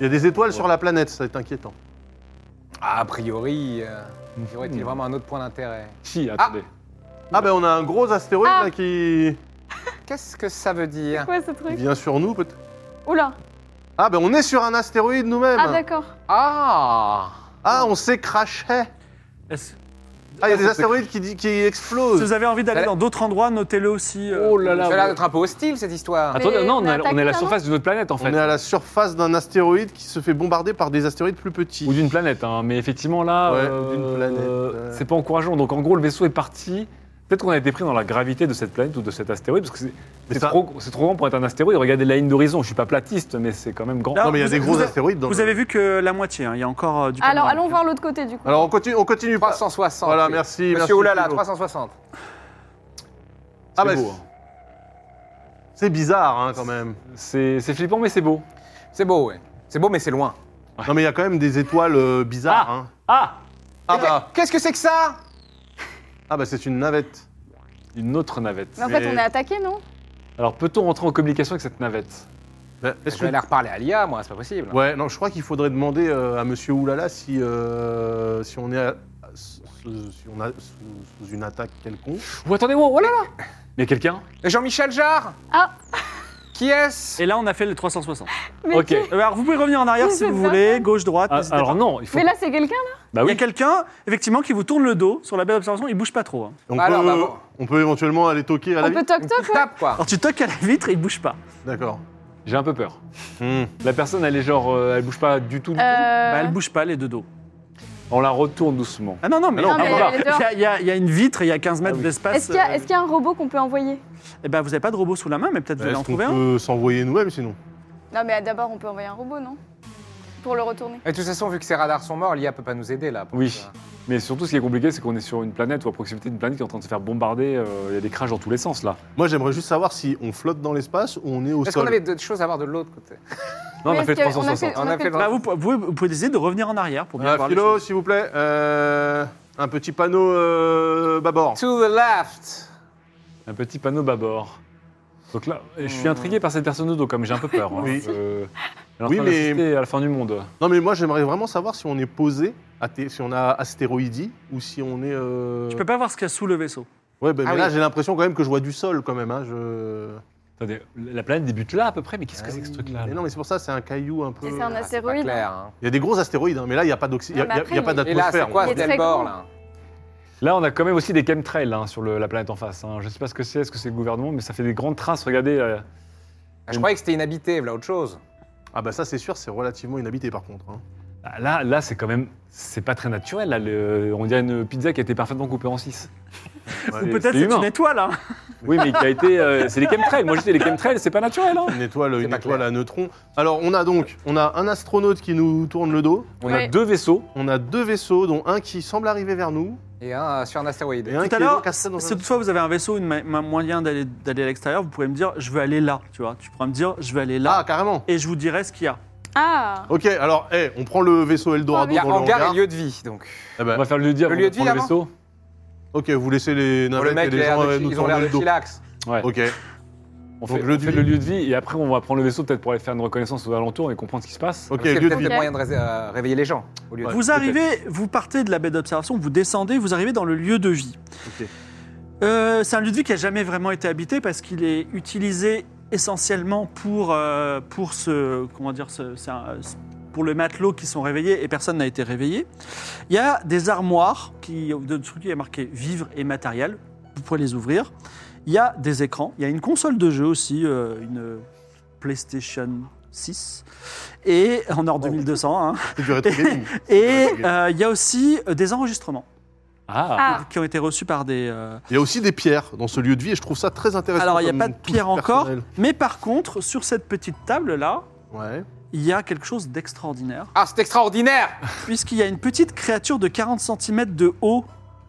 S5: Il y a des étoiles sur la planète, ça est inquiétant.
S4: Ah, a priori, euh, y aurait-il vraiment un autre point d'intérêt
S7: Si, attendez.
S5: Ah, ben on a un gros astéroïde
S6: Ah.
S5: là qui...
S4: Qu'est-ce que ça veut dire
S6: Ouais, ce
S5: qui
S6: truc.
S5: vient sur nous peut-être.
S6: Oula.
S5: Ah, ben on est sur un astéroïde nous-mêmes.
S6: Ah, d'accord.
S4: Ah
S5: Ah, on s'est craché.
S2: Est-ce-
S5: Ah, il y a des astéroïdes qui, di- qui
S2: Si
S5: explosent.
S2: vous avez envie d'aller
S4: Allez.
S2: dans d'autres endroits, notez-le aussi. euh.
S7: Oh là
S4: Ça a l'air
S7: là.
S4: d'être un peu hostile cette histoire.
S6: Ah,
S7: Attendez,
S6: Mais
S7: non,
S6: on
S7: on, a-
S6: attaque
S7: on est à la
S6: clairement.
S7: surface d'une autre planète, en
S5: On
S7: fait.
S5: est à la surface d'un astéroïde qui se fait bombarder par des astéroïdes plus petits.
S7: Ou d'une planète, hein. mais effectivement là,
S5: Ouais,
S7: euh,
S5: ou d'une planète, euh. ouais.
S7: c'est pas encourageant. Donc en gros, le vaisseau est parti. Peut-être qu'on a été pris dans la gravité de cette planète ou de cet astéroïde, parce que c'est-
S5: Mais
S7: c'est
S5: ça-
S7: trop, c'est trop grand pour être un astéroïde. Regardez la ligne d'horizon, je suis pas platiste, mais c'est quand même grand.
S2: Là,
S5: Non, mais il y a
S2: vous-
S5: des gros
S2: vous-
S5: astéroïdes dans
S2: Vous
S5: le-
S2: avez vu que la moitié, hein, il y a encore euh, du
S6: Alors,
S2: panorama.
S6: allons voir l'autre côté du coup.
S5: Alors on continue, on continue pas.
S4: 360.
S5: Voilà,
S4: oui.
S5: Oh merci. merci,
S4: Monsieur Oulala,
S5: Philo.
S4: 360.
S5: Ah,
S7: C'est
S5: bah,
S7: beau, hein.
S5: c'est bizarre hein, quand même.
S7: C'est c'est flippant, mais c'est beau.
S4: C'est beau, ouais. C'est beau, mais c'est loin.
S5: Non mais il y a quand même des étoiles euh, bizarres.
S7: Ah.
S5: hein.
S7: Ah
S5: Ah
S4: Eh,
S5: bah,
S4: Qu'est-ce que c'est que ça
S5: ah bah c'est une navette.
S7: Une autre navette.
S6: Mais en
S5: Mais-
S6: fait, on est attaqué, non
S7: Alors peut-on rentrer en communication avec cette navette
S5: Ben, est-ce
S4: Je
S5: que-
S4: vais aller reparler à l'IA, moi, c'est pas possible.
S5: Ouais, non, je crois qu'il faudrait demander euh, à Monsieur Oulala si, euh, si on est à- sous, si on a- sous- sous une attaque quelconque.
S7: Ou attendez, oh, oh là là Mais quelqu'un
S4: Jean-Michel Jarre
S6: Ah.
S4: Qui est-ce
S2: Et là, on a fait le 360.
S6: Mais,
S7: Ok.
S2: Euh, Alors, vous pouvez revenir en arrière
S6: Oui,
S2: si
S6: c'est
S2: vous
S6: ça.
S2: voulez, gauche, droite.
S7: Ah,
S2: n'hésitez
S7: Alors
S2: pas.
S7: non, il faut.
S6: mais là, c'est quelqu'un, là
S7: Bah
S2: Il y
S7: oui.
S2: a quelqu'un, effectivement, qui vous tourne le dos sur la belle observation, il bouge pas trop. hein.
S5: On,
S4: Alors,
S5: peut,
S4: bah, bon.
S5: on peut éventuellement aller toquer à la
S6: On peut
S5: ville.
S6: toc-toc, ouais.
S4: Tape, quoi.
S2: Alors, tu toques à la vitre, il bouge pas.
S5: D'accord.
S7: J'ai un peu peur.
S5: Hmm.
S7: La personne, elle est genre, euh, elle bouge pas du tout. du tout.
S6: Euh,
S2: Bah, elle bouge pas, les deux dos.
S7: On la retourne doucement.
S2: Ah non, non, mais,
S7: Non, mais
S2: ah, voilà.
S6: elle
S2: il,
S6: est dehors.
S2: y a, il y a- il y a une vitre et il y a 15 mètres
S7: Ah oui.
S2: d'espace.
S6: Est-ce qu'il y, a-
S2: euh,
S6: est-ce qu'il y a un robot qu'on peut envoyer
S2: eh ben, vous n'avez pas de robot sous la main, mais peut-être vous allez en
S5: Bah, Est-ce
S2: trouver
S5: qu'on
S2: un.
S5: peut s'envoyer nous-mêmes sinon
S6: Non, mais d'abord, on peut envoyer un robot, non Pour le retourner.
S4: Et de toute façon, vu que ces radars sont morts, l'IA peut pas nous aider là. pour
S7: Oui.
S4: ça.
S7: Mais surtout, ce qui est compliqué, c'est qu'on est sur une planète ou à proximité d'une planète qui est en train de se faire bombarder. euh, Il y a des crashs dans tous les sens, là.
S5: Moi, j'aimerais juste savoir si on flotte dans l'espace ou on est au
S4: Est-ce
S5: sol.
S4: qu'on avait d'autres choses à voir de l'autre côté
S7: Non,
S6: Oui,
S7: on a fait
S6: est-ce qu'on a
S7: 360.
S4: On a fait
S2: Bah, vous, pouvez, vous pouvez essayer de revenir en arrière pour bien
S5: Euh,
S2: voir les
S5: Philo,
S2: choses.
S5: s'il vous plaît, euh, un petit panneau euh, bâbord.
S4: To the left
S7: Un petit panneau bâbord. Donc là, je suis intrigué par cette personne de dos, comme j'ai un peu peur. hein.
S5: Oui.
S7: Euh, elle est en
S5: Oui,
S7: train
S5: mais-
S7: d'assister à la fin du monde.
S5: Non, mais moi, j'aimerais vraiment savoir si on est posé, athé- si on a astéroïdie ou si on est. Euh...
S2: Je peux pas voir ce qu'il y a sous le vaisseau.
S5: Ouais, bah,
S4: Ah
S5: mais là,
S4: oui.
S5: j'ai l'impression quand même que je vois du sol quand même. Hein, je... Ah
S7: Attendez, la planète débute là à peu près, mais qu'est-ce que c'est que ce truc-là
S5: Mais
S7: là
S5: non, mais c'est pour ça, c'est un caillou un peu.
S6: Et c'est un
S4: Ah, c'est
S5: Il
S4: pas
S6: astéroïde.
S4: clair, hein.
S5: y a des gros astéroïdes, hein, mais là, il n'y a pas d'oxy- il y a-
S6: Ouais, mais
S5: il y a-
S6: Ah, bah, après,
S5: il y a pas
S6: il est-
S4: Et là,
S5: d'atmosphère.
S4: c'est quoi
S5: on
S6: Il est
S5: va dire.
S4: c'était
S6: très
S4: le bord
S6: grand.
S4: là
S7: Là, on a quand même aussi des chemtrails hein, sur le- la planète en face. hein. Je ne sais pas ce que c'est, est-ce que c'est le gouvernement, mais ça fait des grandes traces. Regardez, euh,
S4: Ah, Je croyais que c'était inhabité, voilà autre chose.
S5: Ah, bah ça, c'est sûr, c'est relativement inhabité par contre. hein.
S7: là, là, c'est quand même, c'est pas très naturel. Là, le- on dirait une pizza qui a été parfaitement coupée en six.
S5: Ouais.
S2: Ou peut-être
S7: c'est
S2: c'est
S7: humain.
S2: une étoile. hein.
S7: Oui, mais qui a été, euh, c'est les chemtrails. Moi, je dis les chemtrails, c'est pas naturel. Hein.
S5: Une étoile, une
S4: pas
S5: étoile
S4: clair.
S5: à neutrons. Alors, on a donc on a un astronaute qui nous tourne le dos.
S7: On a
S6: Ouais.
S7: deux vaisseaux.
S5: On a deux vaisseaux, dont un qui semble arriver vers nous.
S4: Et un euh, sur un astéroïde.
S5: Et un
S2: Tout
S5: qui
S2: à
S5: est
S2: l'heure,
S5: donc assis dans un-
S2: si toutefois vous avez un vaisseau, une ma- ma- moyen d'aller d'aller à l'extérieur, vous pouvez me dire je veux aller là, tu vois. Tu pourras me dire je veux aller là
S5: Ah, carrément.
S2: et je vous dirai ce qu'il y a.
S6: Ah
S5: Ok, alors, eh, on prend le vaisseau Eldorado
S4: Il y a
S5: dans le
S4: hangar
S5: hangar.
S4: et lieu de vie, donc.
S5: Eh ben,
S7: On va faire le dire.
S4: Oh, Le
S7: on
S4: lieu
S7: va
S4: de
S7: prendre
S4: vie,
S7: le vaisseau.
S5: ok, vous laissez les
S4: Bon, le
S5: navettes
S4: mec,
S5: et les
S4: l'air
S5: gens
S4: de-
S5: euh, nous
S4: ils ont
S5: tourner
S4: l'air
S5: le
S4: de
S5: dos.
S4: chillax.
S7: Ouais.
S5: Ok.
S7: On,
S5: Donc,
S7: fait,
S5: lieu
S7: on
S5: de
S7: fait
S5: vie.
S7: le lieu de vie et après on va prendre le vaisseau peut-être pour aller faire une reconnaissance aux alentours et comprendre ce qui se passe.
S5: Ok,
S4: Il y a
S5: lieu de
S4: peut-être
S5: vie.
S4: des moyens de ré- euh, réveiller les gens. Au lieu de...
S2: vous arrivez, vous partez de la baie d'observation, vous descendez, vous arrivez dans le lieu de vie.
S5: Ok.
S2: Euh, c'est un lieu de vie qui n'a jamais vraiment été habité parce qu'il est utilisé essentiellement pour, euh, pour, ce, comment dire, ce- c'est un- euh, pour le matelot qui sont réveillés et personne n'a été réveillé. Il y a des armoires, qui, de trucs qui est marqué vivre et matériel, vous pouvez les ouvrir. Il y a des écrans, il y a une console de jeu aussi, euh, une PlayStation 6, et en or 2200. hein.
S5: C'est du rétro gaming.
S2: Et euh, il y a aussi euh, des enregistrements
S7: Ah,
S6: Ah
S2: qui ont été reçus par des. euh,
S5: Il y a aussi des pierres dans ce lieu de vie et je trouve ça très intéressant.
S2: Alors il n'y a
S5: comme
S2: pas de
S5: touche
S2: pierre encore,
S5: personnelle.
S2: mais par contre sur cette petite table là,
S5: Ouais.
S2: il y a quelque chose d'extraordinaire
S4: Ah, c'est extraordinaire
S2: puisqu'il y a une petite créature de 40 cm de haut,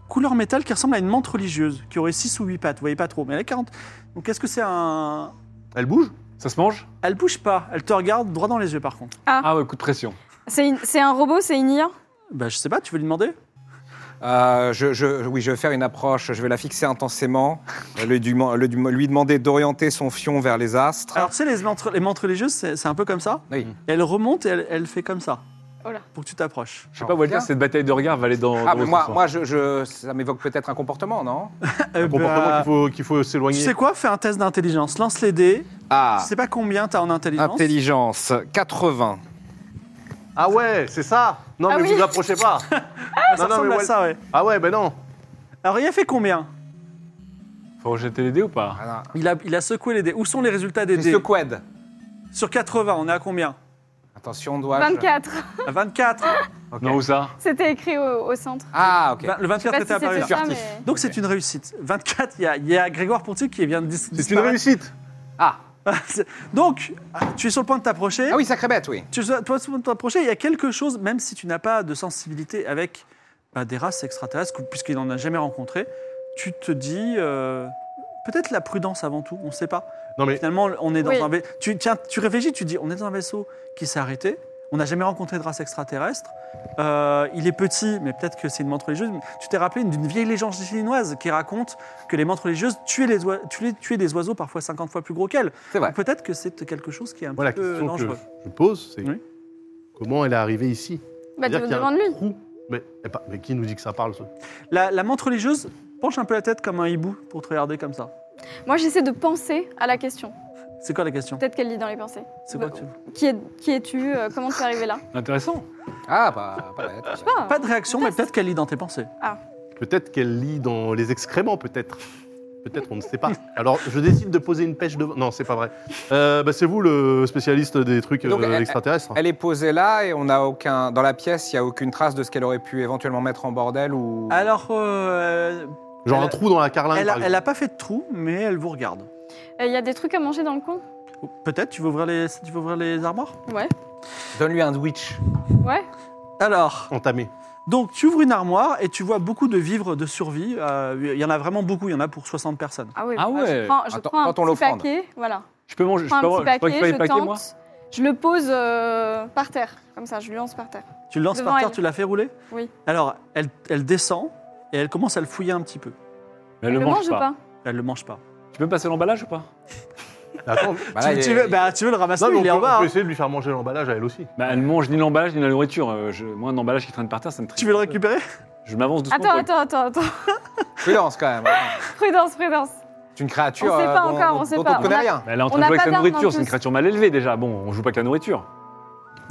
S2: couleur métal qui ressemble à une menthe religieuse, qui aurait 6 ou 8 pattes. Vous voyez pas trop, mais elle a 40. Donc est-ce que c'est un
S5: Elle bouge
S7: ça se mange
S2: Elle bouge pas, elle te regarde droit dans les yeux par contre.
S7: Ah ouais, coup de pression.
S6: C'est une- c'est un robot, c'est une IA
S2: Bah je sais pas, tu veux lui demander
S4: Euh, je, je- oui, je vais faire une approche, je vais la fixer intensément, euh, le du- le du- lui demander d'orienter son fion vers les astres.
S7: Ah,
S2: Alors tu sais les menthes, les menthes religieuses, c'est c'est un peu comme ça.
S4: Oui.
S2: Elle remonte et elle, elle fait comme ça.
S6: Oh là.
S2: Pour que tu t'approches.
S7: Je sais pas, Walter, cette bataille de regard va aller dans.
S4: Ah,
S7: dans
S4: mais
S7: l'autre
S4: moi,
S7: sens.
S4: moi je, je- ça m'évoque peut-être un comportement, non
S2: Euh,
S5: Un comportement
S2: bah,
S5: qu'il faut, qu'il faut
S2: Tu
S5: s'éloigner.
S2: sais quoi Fais un test d'intelligence. Lance les dés.
S4: Ah,
S2: Je sais pas combien t'as en intelligence.
S4: intelligence, 80.
S5: Ah ouais, c'est ça Non,
S6: Ah
S5: mais
S6: oui.
S5: vous approchez pas
S2: Ah, ça
S5: Non, non,
S2: ressemble
S5: mais
S2: à
S5: Wal-
S2: ça, ouais.
S5: Ah ouais, ben non
S2: Alors, il a fait combien
S7: Faut rejeter les dés ou pas
S4: Ah,
S2: il a, il a secoué les dés. Où sont les résultats des
S4: non. J'ai
S2: dés
S4: secoued.
S2: Sur 80, on est à combien
S4: Attention, dois
S6: 24.
S2: À 24.
S7: Non, où ça
S6: C'était écrit au, au centre.
S4: Ah, ok.
S2: Vingt- Le
S6: Je sais
S2: 24
S6: pas
S2: était
S6: si
S2: apparu
S6: c'était
S2: là.
S6: ça,
S4: là.
S6: mais...
S2: Donc, c'est une réussite. 24, il y a, il y a Grégoire Ponty qui vient de dis-
S5: C'est une
S2: disparaître.
S5: réussite
S4: Ah,
S2: Donc, tu es sur le point de t'approcher.
S4: ah oui, sacré bête, oui.
S2: Tu es sur- toi, sur le point de t'approcher. Il y a quelque chose, même si tu n'as pas de sensibilité avec bah, des races extraterrestres, puisqu'il n'en a jamais rencontré, tu te dis. euh, Peut-être la prudence avant tout, on ne sait pas.
S5: Non mais,
S2: Finalement, on est dans
S6: Oui.
S2: un vaisseau. Tu, tiens, tu réfléchis, tu dis, on est dans un vaisseau qui s'est arrêté. On n'a jamais rencontré de race extraterrestre. Euh, il est petit, mais peut-être que c'est une menthe religieuse. Mais Tu t'es rappelé d'une vieille légende chinoise qui raconte que les mentes religieuses tuaient, les oi- tuaient- tuaient des oiseaux parfois 50 fois plus gros qu'elles.
S4: C'est vrai.
S2: Donc Peut-être que c'est quelque chose qui est un
S5: Moi, la
S2: petit peu
S5: question que
S2: dangereux.
S5: je pose, c'est
S2: Oui.
S5: comment elle est arrivée ici
S6: Bah, tu
S5: C'est-à-dire
S6: me
S5: qu'il y a un
S6: demandes lui.
S5: trou. Mais, eh ben, mais qui nous dit que ça parle ça
S2: La, la menthe religieuse penche un peu la tête comme un hibou pour te regarder comme ça.
S6: Moi, j'essaie de penser à la question.
S2: C'est quoi la question
S6: Peut-être qu'elle lit dans les pensées.
S2: C'est quoi
S6: Bah,
S2: tu-
S6: Qui, est- qui es-tu euh, Comment tu es arrivé là
S7: Intéressant.
S4: Ah, bah, pas bête.
S6: Ah,
S2: Pas de réaction, mais peut-être qu'elle lit dans tes pensées.
S5: Peut-être qu'elle lit dans les excréments, peut-être. Peut-être, on ne sait pas. Alors, je décide de poser une pêche devant. Non, c'est pas vrai. Euh, bah, c'est vous le spécialiste des trucs
S4: Donc,
S5: euh,
S4: elle-
S5: extraterrestres.
S4: Elle est posée là et on n'a aucun. Dans la pièce, il n'y a aucune trace de ce qu'elle aurait pu éventuellement mettre en bordel ou.
S7: Ah,
S2: Alors, euh,
S5: Genre
S2: elle-
S5: un trou dans la carlingue.
S2: elle,
S5: par
S2: a-
S5: exemple.
S2: elle a pas fait de trou, mais elle vous regarde.
S6: Euh, Il y a des trucs à manger dans le con
S2: Peut-être, tu veux ouvrir les, tu veux ouvrir les armoires
S6: Ouais.
S4: Donne-lui un witch.
S6: Ouais.
S2: Alors,
S5: entamée.
S2: donc tu ouvres une armoire et tu vois beaucoup de vivres de survie. Euh, Il y en a vraiment beaucoup, il y en a pour 60 personnes.
S6: Ah, oui,
S7: Ah
S6: bah,
S7: ouais.
S6: Je prends, je
S4: Attends,
S6: prends un
S4: quand on
S6: petit
S4: l'offrande.
S6: paquet. Voilà.
S7: Je peux manger,
S6: Je
S7: je peux
S6: prends un
S7: avoir,
S6: petit
S7: je peux
S6: paquet,
S7: récupérer
S6: je
S7: le paquet, moi
S6: tente. Je le pose euh, par terre, comme ça, je le lance par terre.
S2: Tu le lances
S6: Devant
S2: par terre,
S6: elle.
S2: tu la fais rouler
S6: Oui.
S2: Alors, elle, elle descend et elle commence à le fouiller un petit peu.
S7: Mais elle le mange
S6: ou
S7: pas.
S2: Elle le mange pas.
S7: Tu peux me passer l'emballage ou pas
S5: Attends,
S4: Bah là,
S2: tu,
S4: il
S2: tu
S4: est-
S2: veux, bah, tu veux le ramasser,
S5: non, mais on,
S2: il est
S5: peut,
S2: en bas.
S5: on peut
S2: hein.
S5: essayer de lui faire manger l'emballage à elle aussi.
S7: Bah, elle mange ni l'emballage ni la nourriture. Euh, je- moi, un emballage qui traîne par terre, ça me
S2: Tu
S7: triste.
S2: veux le récupérer
S7: Je m'avance doucement.
S6: Attends,
S7: pour-
S6: attends, attends, attends.
S4: Prudence quand même. hein.
S6: Prudence, prudence.
S4: C'est une créature.
S6: On sait pas
S4: euh, dont-
S6: encore, on
S4: dont-
S6: sait
S4: dont
S6: pas.
S4: on connaît
S6: On a-
S4: rien.
S7: Mais Bah, elle est en
S6: On
S7: train de
S6: a
S7: jouer avec
S6: pas
S7: sa
S6: d'armes en
S7: nourriture, c'est une
S6: plus.
S7: créature mal élevée déjà. Bon, on joue pas avec la nourriture.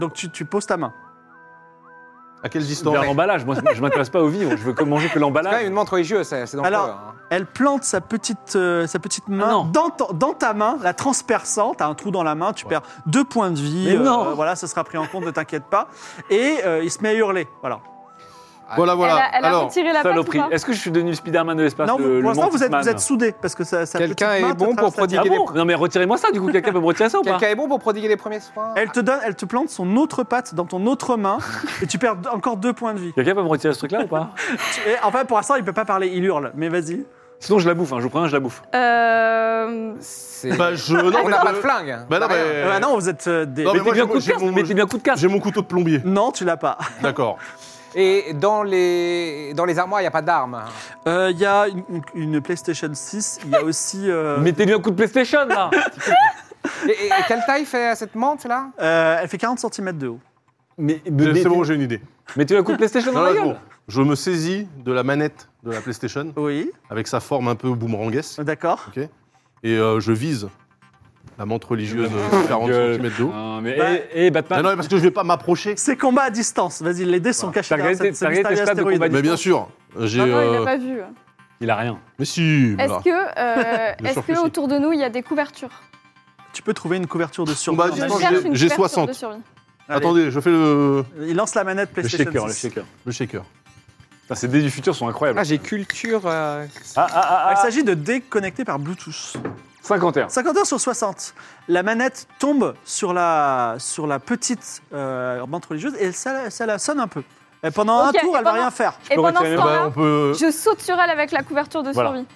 S2: Donc, tu, tu poses ta main.
S5: À quelle
S7: Vers
S5: distance
S7: l'emballage, moi je m'intéresse pas au vivre, je veux que manger que
S4: C'est quand même
S7: l'emballage.
S4: une montre religieuse, c'est c'est dangereux.
S2: Alors-
S4: hein.
S2: Elle plante sa petite, euh, sa petite main
S7: Ah non.
S2: dans, ta- dans ta main, la transperçant. T'as un trou dans la main, tu perds deux points de vie. Euh,
S7: Mais non.
S2: voilà, ça sera pris en compte, ne t'inquiète pas. Et euh, il se met à hurler. Voilà.
S4: Ah,
S5: Voilà, voilà.
S6: Elle a, elle a
S5: Alors,
S6: retiré la patte ou
S7: Saloperie.
S6: pas
S7: Est-ce que je suis devenu le Spider-Man de l'espace
S2: non,
S7: le-
S2: vous-
S7: le
S2: pour l'instant, vous êtes,
S7: Mantisman
S2: vous êtes soudés parce que ça. ça
S4: Quelqu'un est bon pour prodiguer-
S7: Ah
S4: Il est
S7: bon Non mais retirez-moi ça du coup, quelqu'un peut me retirer ça ou pas
S4: Quelqu'un est bon pour prodiguer les premiers soins
S2: Elle te donne, elle te plante son autre patte dans ton autre main et tu perds encore deux points de vie.
S7: Quelqu'un peut me retirer ce truc là ou pas
S2: Tu- et enfin, pour l'instant, il peut pas parler, il hurle. Mais vas-y.
S7: Sinon je la bouffe, hein, je vous préviens, je la bouffe.
S6: Euh,
S4: C'est-
S5: Bah, je. Non,
S4: On
S5: mais
S4: n'a
S5: je-
S4: pas de flingue. hein.
S5: Bah, non,
S4: On a rien.
S5: mais-
S2: Euh,
S7: Ah
S2: bah non, vous êtes euh, des.
S5: Non, mais
S7: Mettez
S5: moi,
S7: bien
S5: j'ai
S7: coup de
S5: mon-
S7: casse,
S5: j'ai mon-
S7: mettez bien coup de casse.
S5: J'ai mon couteau de plombier.
S2: Non, tu l'as pas.
S5: D'accord.
S4: Et dans les, dans les armoires, il n'y a pas d'armes.
S2: Euh, Il y a une, une PlayStation 6. Il y a aussi. euh,
S7: Mettez lui un coup de PlayStation là
S4: Et, et- et quelle taille fait cette menthe là
S2: euh, elle fait 40 cm de haut.
S7: Mais,
S5: C'est
S7: mettez-
S5: c'est bon, j'ai une idée.
S7: Mettez-lui un coup de PlayStation dans
S5: Non,
S7: la
S5: là, c'est
S7: gueule.
S5: bon. Je me saisis de la manette de la PlayStation
S2: Oui.
S5: avec sa forme un peu boomeranguesque
S2: D'accord.
S5: et euh, je vise la menthe religieuse de 40
S7: Gueule.
S5: cm d'eau.
S7: Ah, mais
S2: Bah-
S7: hé, hé, Batman,
S5: Non, non, parce que je vais pas m'approcher.
S2: C'est combat à distance. Vas-y, les dés sont cachés
S7: T'as
S2: derrière
S7: regardé-
S2: cette-
S7: t'as
S2: ce
S7: regardé tes
S2: mystérieux
S7: stats de
S2: astéroïde.
S7: combat
S5: Mais bien sûr, j'ai.
S6: non, non, il
S5: euh,
S6: l'a pas vu.
S7: il a rien.
S5: Mais si. voilà.
S6: Est-ce que, euh,
S5: Bien
S6: est-ce
S5: sûr que
S6: que
S5: si.
S6: autour de nous, il y a des couvertures
S2: Tu peux trouver une couverture de survie.
S5: Combat à
S2: en
S5: distance,
S2: magie.
S5: j'ai-
S6: Cherche une
S5: j'ai
S6: couverture
S5: 60.
S6: de survie.
S2: Allez.
S5: Attendez, je fais le,
S2: Il lance la manette
S7: Le
S2: PlayStation
S7: shaker, le
S2: 6.
S7: shaker.
S5: le shaker.
S7: Putain, Ces dés du futur sont incroyables.
S4: Ah, j'ai culture. euh,
S7: Ah, ah,
S2: Il
S7: ah, ah.
S2: s'agit de dés connectés par Bluetooth.
S7: 51.
S2: 50 heures sur 60. La manette tombe sur la, sur la petite euh, bande religieuse et ça, ça la sonne un peu. Et pendant
S6: Ok,
S2: un tour,
S6: et
S2: elle va
S6: pendant-
S2: rien faire.
S7: peux
S6: Et pendant
S7: retirer
S6: ce
S7: mes
S5: Bah,
S6: temps-là,
S5: on peut.
S6: je saute sur elle avec la couverture de
S7: Voilà.
S6: survie.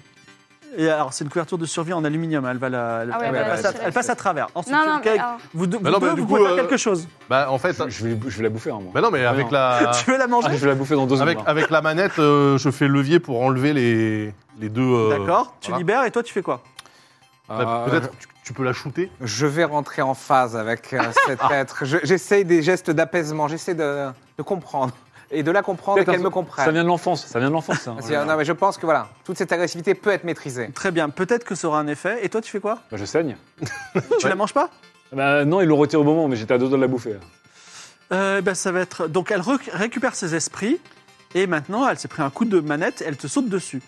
S2: Et alors, c'est une couverture de survie en aluminium. Elle, va la, elle,
S6: Ah ouais,
S2: elle
S4: bah,
S2: passe,
S4: bah,
S2: à,
S4: c'est-
S2: elle passe à travers. Ensuite,
S6: Non, non,
S2: quel-
S6: mais, alors,
S2: vous, deux-
S5: Bah
S2: vous
S5: non, bah,
S2: deux,
S5: du
S2: vous
S5: coup,
S2: pouvez faire
S5: euh,
S2: quelque chose.
S5: Bah, en fait.
S7: Je, je vais, je vais la bouffer, hein, moi.
S5: Bah non, mais avec
S7: non.
S5: la.
S2: Tu veux la manger
S7: Ah, je vais la bouffer dans deux secondes.
S5: Avec,
S7: hein.
S5: avec la manette, euh, je fais levier pour enlever les, les deux. euh,
S2: D'accord. Tu
S5: voilà.
S2: libères et toi, tu fais quoi
S5: Bah,
S4: euh,
S5: Peut-être tu, tu peux la shooter. Ah.
S4: Je vais rentrer en phase avec euh, cet être. Je- J'essaye des gestes d'apaisement, j'essaie de, de comprendre. Et de la comprendre et
S7: Peut-être
S4: qu'elle
S7: un-
S4: me
S7: Ça
S4: comprenne.
S7: vient de l'enfance, ça vient de l'enfance. hein.
S4: Parce que, euh, non, mais je pense que voilà, toute cette agressivité peut être maîtrisée.
S2: Très bien. Peut-être que ça aura un effet. Et toi, tu fais quoi
S7: Bah, je saigne.
S2: Tu la manges pas
S7: Bah, non, ils l'ont retiré au moment, mais j'étais à deux doigts de la bouffer.
S2: Euh, ben, ça va être. Donc, elle rec- récupère ses esprits et maintenant, elle s'est pris un coup de manette, elle te saute dessus.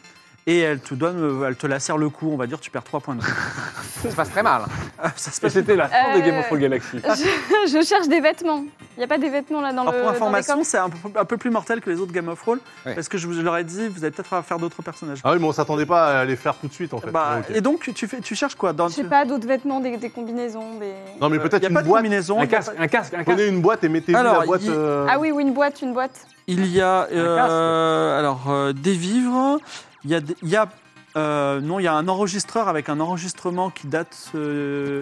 S2: Et elle te donne, euh, elle te lacère le cou, on va dire, tu perds 3 points de vie. Euh,
S4: Ça se passe très mal.
S2: ça se
S7: Et
S2: passe.
S7: c'était la fin de
S6: Euh,
S7: Game of Thrones Galaxy.
S6: je, je cherche des vêtements. Il n'y a pas des vêtements là dans
S2: Alors,
S6: le.
S2: Ah, pour
S6: dans les coffres
S2: information, c'est un, peu- un peu plus mortel que les autres Game of Thrones,
S4: Ouais.
S2: parce que je vous leur ai dit, vous allez peut-être faire d'autres personnages.
S5: Ah oui, mais on s'attendait pas à les faire tout de suite en fait.
S2: Bah,
S5: Ok.
S2: Et donc, tu, fais, tu cherches quoi dans
S6: Je sais pas, d'autres vêtements, des, des combinaisons, des.
S5: Non, mais
S2: Il
S5: peut-être
S2: n'y a
S5: une
S2: pas de
S5: boîte.
S2: combinaison.
S7: Un
S2: il y a
S7: casque,
S2: pas-
S7: un casque, un casque.
S5: Prenez une boîte et mettez-vous
S2: Alors,
S5: la boîte.
S2: il-
S5: euh,
S6: Ah oui, oui, une boîte, une boîte.
S2: Il y a euh, alors euh, des vivres, il y a, des- il y a Euh, non, il y a un enregistreur avec un enregistrement qui date. euh,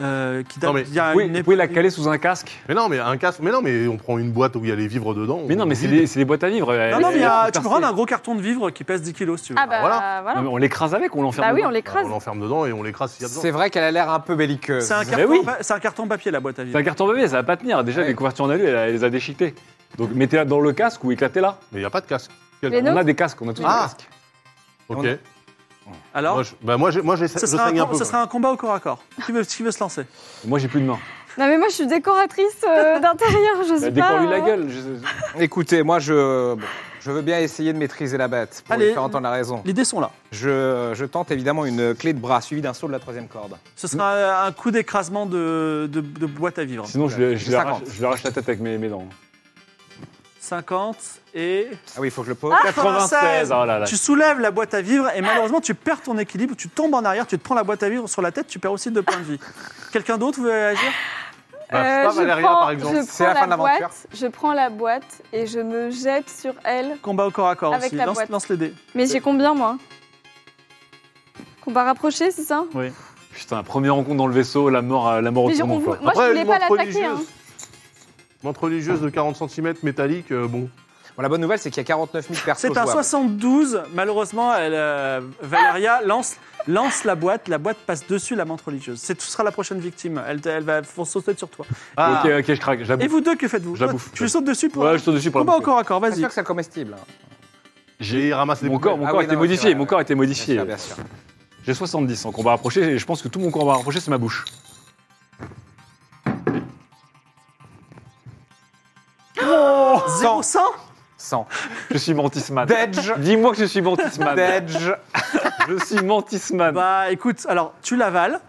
S2: euh, qui date
S5: Non, mais
S2: d'il y a
S7: Vous pouvez,
S2: une
S7: vous
S2: époque-
S7: pouvez la caler sous un casque.
S5: Mais non, mais un casque. Mais non, mais on prend une boîte où il y a les vivres dedans.
S7: Mais
S5: on
S7: non, mais c'est
S5: vide.
S7: des, c'est des boîtes à livres.
S2: Non,
S7: elles-
S2: non, mais il y a- tu
S7: elles sont
S2: peux
S7: percées.
S2: prendre un gros carton de vivres qui pèse 10 kilos si tu veux.
S6: Ah bah
S5: voilà.
S6: voilà.
S7: Non, mais on l'écrase avec, on l'enferme.
S6: Bah oui,
S7: dedans.
S6: on
S5: Ah,
S6: l'écrase.
S5: on l'enferme dedans et on l'écrase s'il y a
S4: C'est
S5: besoin.
S4: vrai qu'elle a l'air un peu belliqueuse.
S2: C'est un,
S7: Mais
S2: carton,
S7: Eh oui.
S2: pa- c'est un carton papier la boîte à
S7: C'est un
S2: vivres.
S7: carton bébé, ça va pas tenir. Déjà,
S4: Ouais.
S7: les couvertures en alu, elle, elle les a déchiquetées. Donc mettez-la dans le casque ou éclatez-la.
S5: Mais il n'y a pas de casque.
S6: Les
S7: On a
S6: nôtres
S7: des casques, on a tous
S5: Ah.
S7: des casques.
S5: Ok.
S4: On-
S2: Alors,
S5: moi, je, bah, moi, j'ai- moi j'essaie-
S2: ce
S5: je
S2: sera,
S5: saigne
S2: un,
S5: un
S2: com- ce
S5: peu.
S2: sera un combat au corps à corps. Qui veut, qui veut se lancer
S7: Moi, j'ai plus de main.
S6: Non, mais moi, je suis décoratrice euh, d'intérieur, je
S7: Bah,
S6: suis pas...
S7: Décore-lui la
S6: euh,
S7: gueule. je-
S4: Écoutez, moi, je, bon, je veux bien essayer de maîtriser la bête pour
S2: Allez.
S4: lui faire entendre la raison.
S2: Les dés sont là.
S4: Je, je tente évidemment une clé de bras suivie d'un saut de la troisième corde.
S2: Ce sera euh, un coup d'écrasement de, de- de boîte à vivres.
S7: Sinon, je, lui- je, lui arrache,
S4: 50.
S7: je lui arrache la tête avec mes, mes dents.
S2: 50 et.
S4: Ah oui, il faut que je le pose.
S7: 96, oh là là.
S2: Tu soulèves la boîte à vivres et malheureusement, tu perds ton équilibre, tu tombes en arrière, tu te prends la boîte à vivres sur la tête, tu perds aussi deux points de vie. Quelqu'un d'autre veut agir
S5: Bah,
S6: Euh,
S5: pas
S6: je
S5: Valéria,
S6: prends-
S5: par exemple.
S6: Je
S4: C'est
S6: prends
S4: la fin de
S6: la
S4: l'aventure.
S6: boîte, je prends la boîte et je me jette sur elle.
S2: Combat au corps à corps
S6: Avec
S2: aussi.
S6: la
S2: Lance,
S6: boîte.
S2: lance les dés.
S6: Mais j'ai combien, moi Combat rapproché, c'est ça
S7: Putain, première rencontre dans le vaisseau, la mort, à- la mort au
S6: Mais je-
S7: tournant.
S6: on-
S7: quoi.
S6: Moi, je voulais
S5: une
S6: pas
S5: montre
S6: l'attaquer. hein.
S5: religieuse. Montre religieuse de 40 cm métallique, euh, bon.
S4: Bon, la bonne nouvelle, c'est qu'il y a 49 000 personnes.
S2: C'est un 72. Malheureusement, elle, euh, Valeria
S6: Ah
S2: lance, lance la boîte. La boîte passe dessus la montre religieuse. C'est- Ce sera la prochaine victime. Elle, elle va faut sauter sur toi.
S5: Ah.
S7: Ok, ok, je craque.
S2: Et
S7: J'abouffe.
S2: vous deux, que faites-vous
S7: Je la bouffe.
S2: Tu lui sautes dessus pour.
S7: Ouais, je saute dessus pour la
S2: Combat au
S7: bouffer.
S2: corps à corps,
S4: C'est
S2: vas-y.
S4: sûr que c'est comestible. hein.
S5: J'ai ramassé des
S7: Mon corps, mon
S4: Ah
S7: corps
S4: oui,
S7: a été
S4: non, c'est
S7: modifié.
S4: vrai,
S7: Mon
S4: ouais.
S7: corps a été
S4: Bien
S7: modifié.
S4: sûr, bien sûr.
S7: J'ai 70 en combat rapproché et je pense que tout mon combat rapproché, c'est ma bouche.
S2: Zéro cent
S4: 100.
S7: Je suis mentisman.
S4: Dedge.
S7: Dis-moi que je suis mentisman.
S4: Dedge.
S7: Je suis mentisman.
S2: Bah écoute, alors tu l'avales.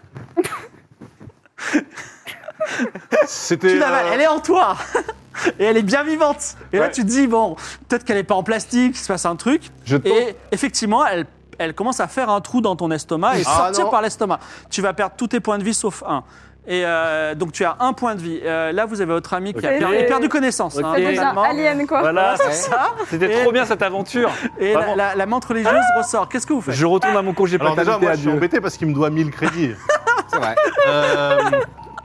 S5: C'était.
S2: Tu l'avales,
S5: euh,
S2: elle est en toi Et elle est bien vivante Et là,
S7: Ouais.
S2: tu te dis, bon, peut-être qu'elle n'est pas en plastique, il se passe un truc.
S7: Je tombe.
S2: Et effectivement, elle, elle commence à faire un trou dans ton estomac et
S5: Ah
S2: sortir
S5: non.
S2: par l'estomac. Tu vas perdre tous tes points de vie sauf un. Et euh, donc, tu as un point de vie. Euh, là, vous avez votre ami qui a
S7: Ok.
S2: perdu, il a perdu connaissance. hein,
S7: Ok.
S6: C'est déjà
S2: totalement.
S6: alien, quoi.
S7: Voilà,
S4: Ouais.
S7: c'était trop bien cette aventure.
S2: Et la,
S7: Vraiment. Ah.
S2: la, la menthe religieuse ressort. Qu'est-ce que vous faites
S7: Je retourne à mon congé
S5: Alors déjà,
S7: paternité
S5: moi, je suis
S7: adieu.
S5: embêté parce qu'il me doit 1000 crédits.
S4: C'est vrai.
S5: Euh,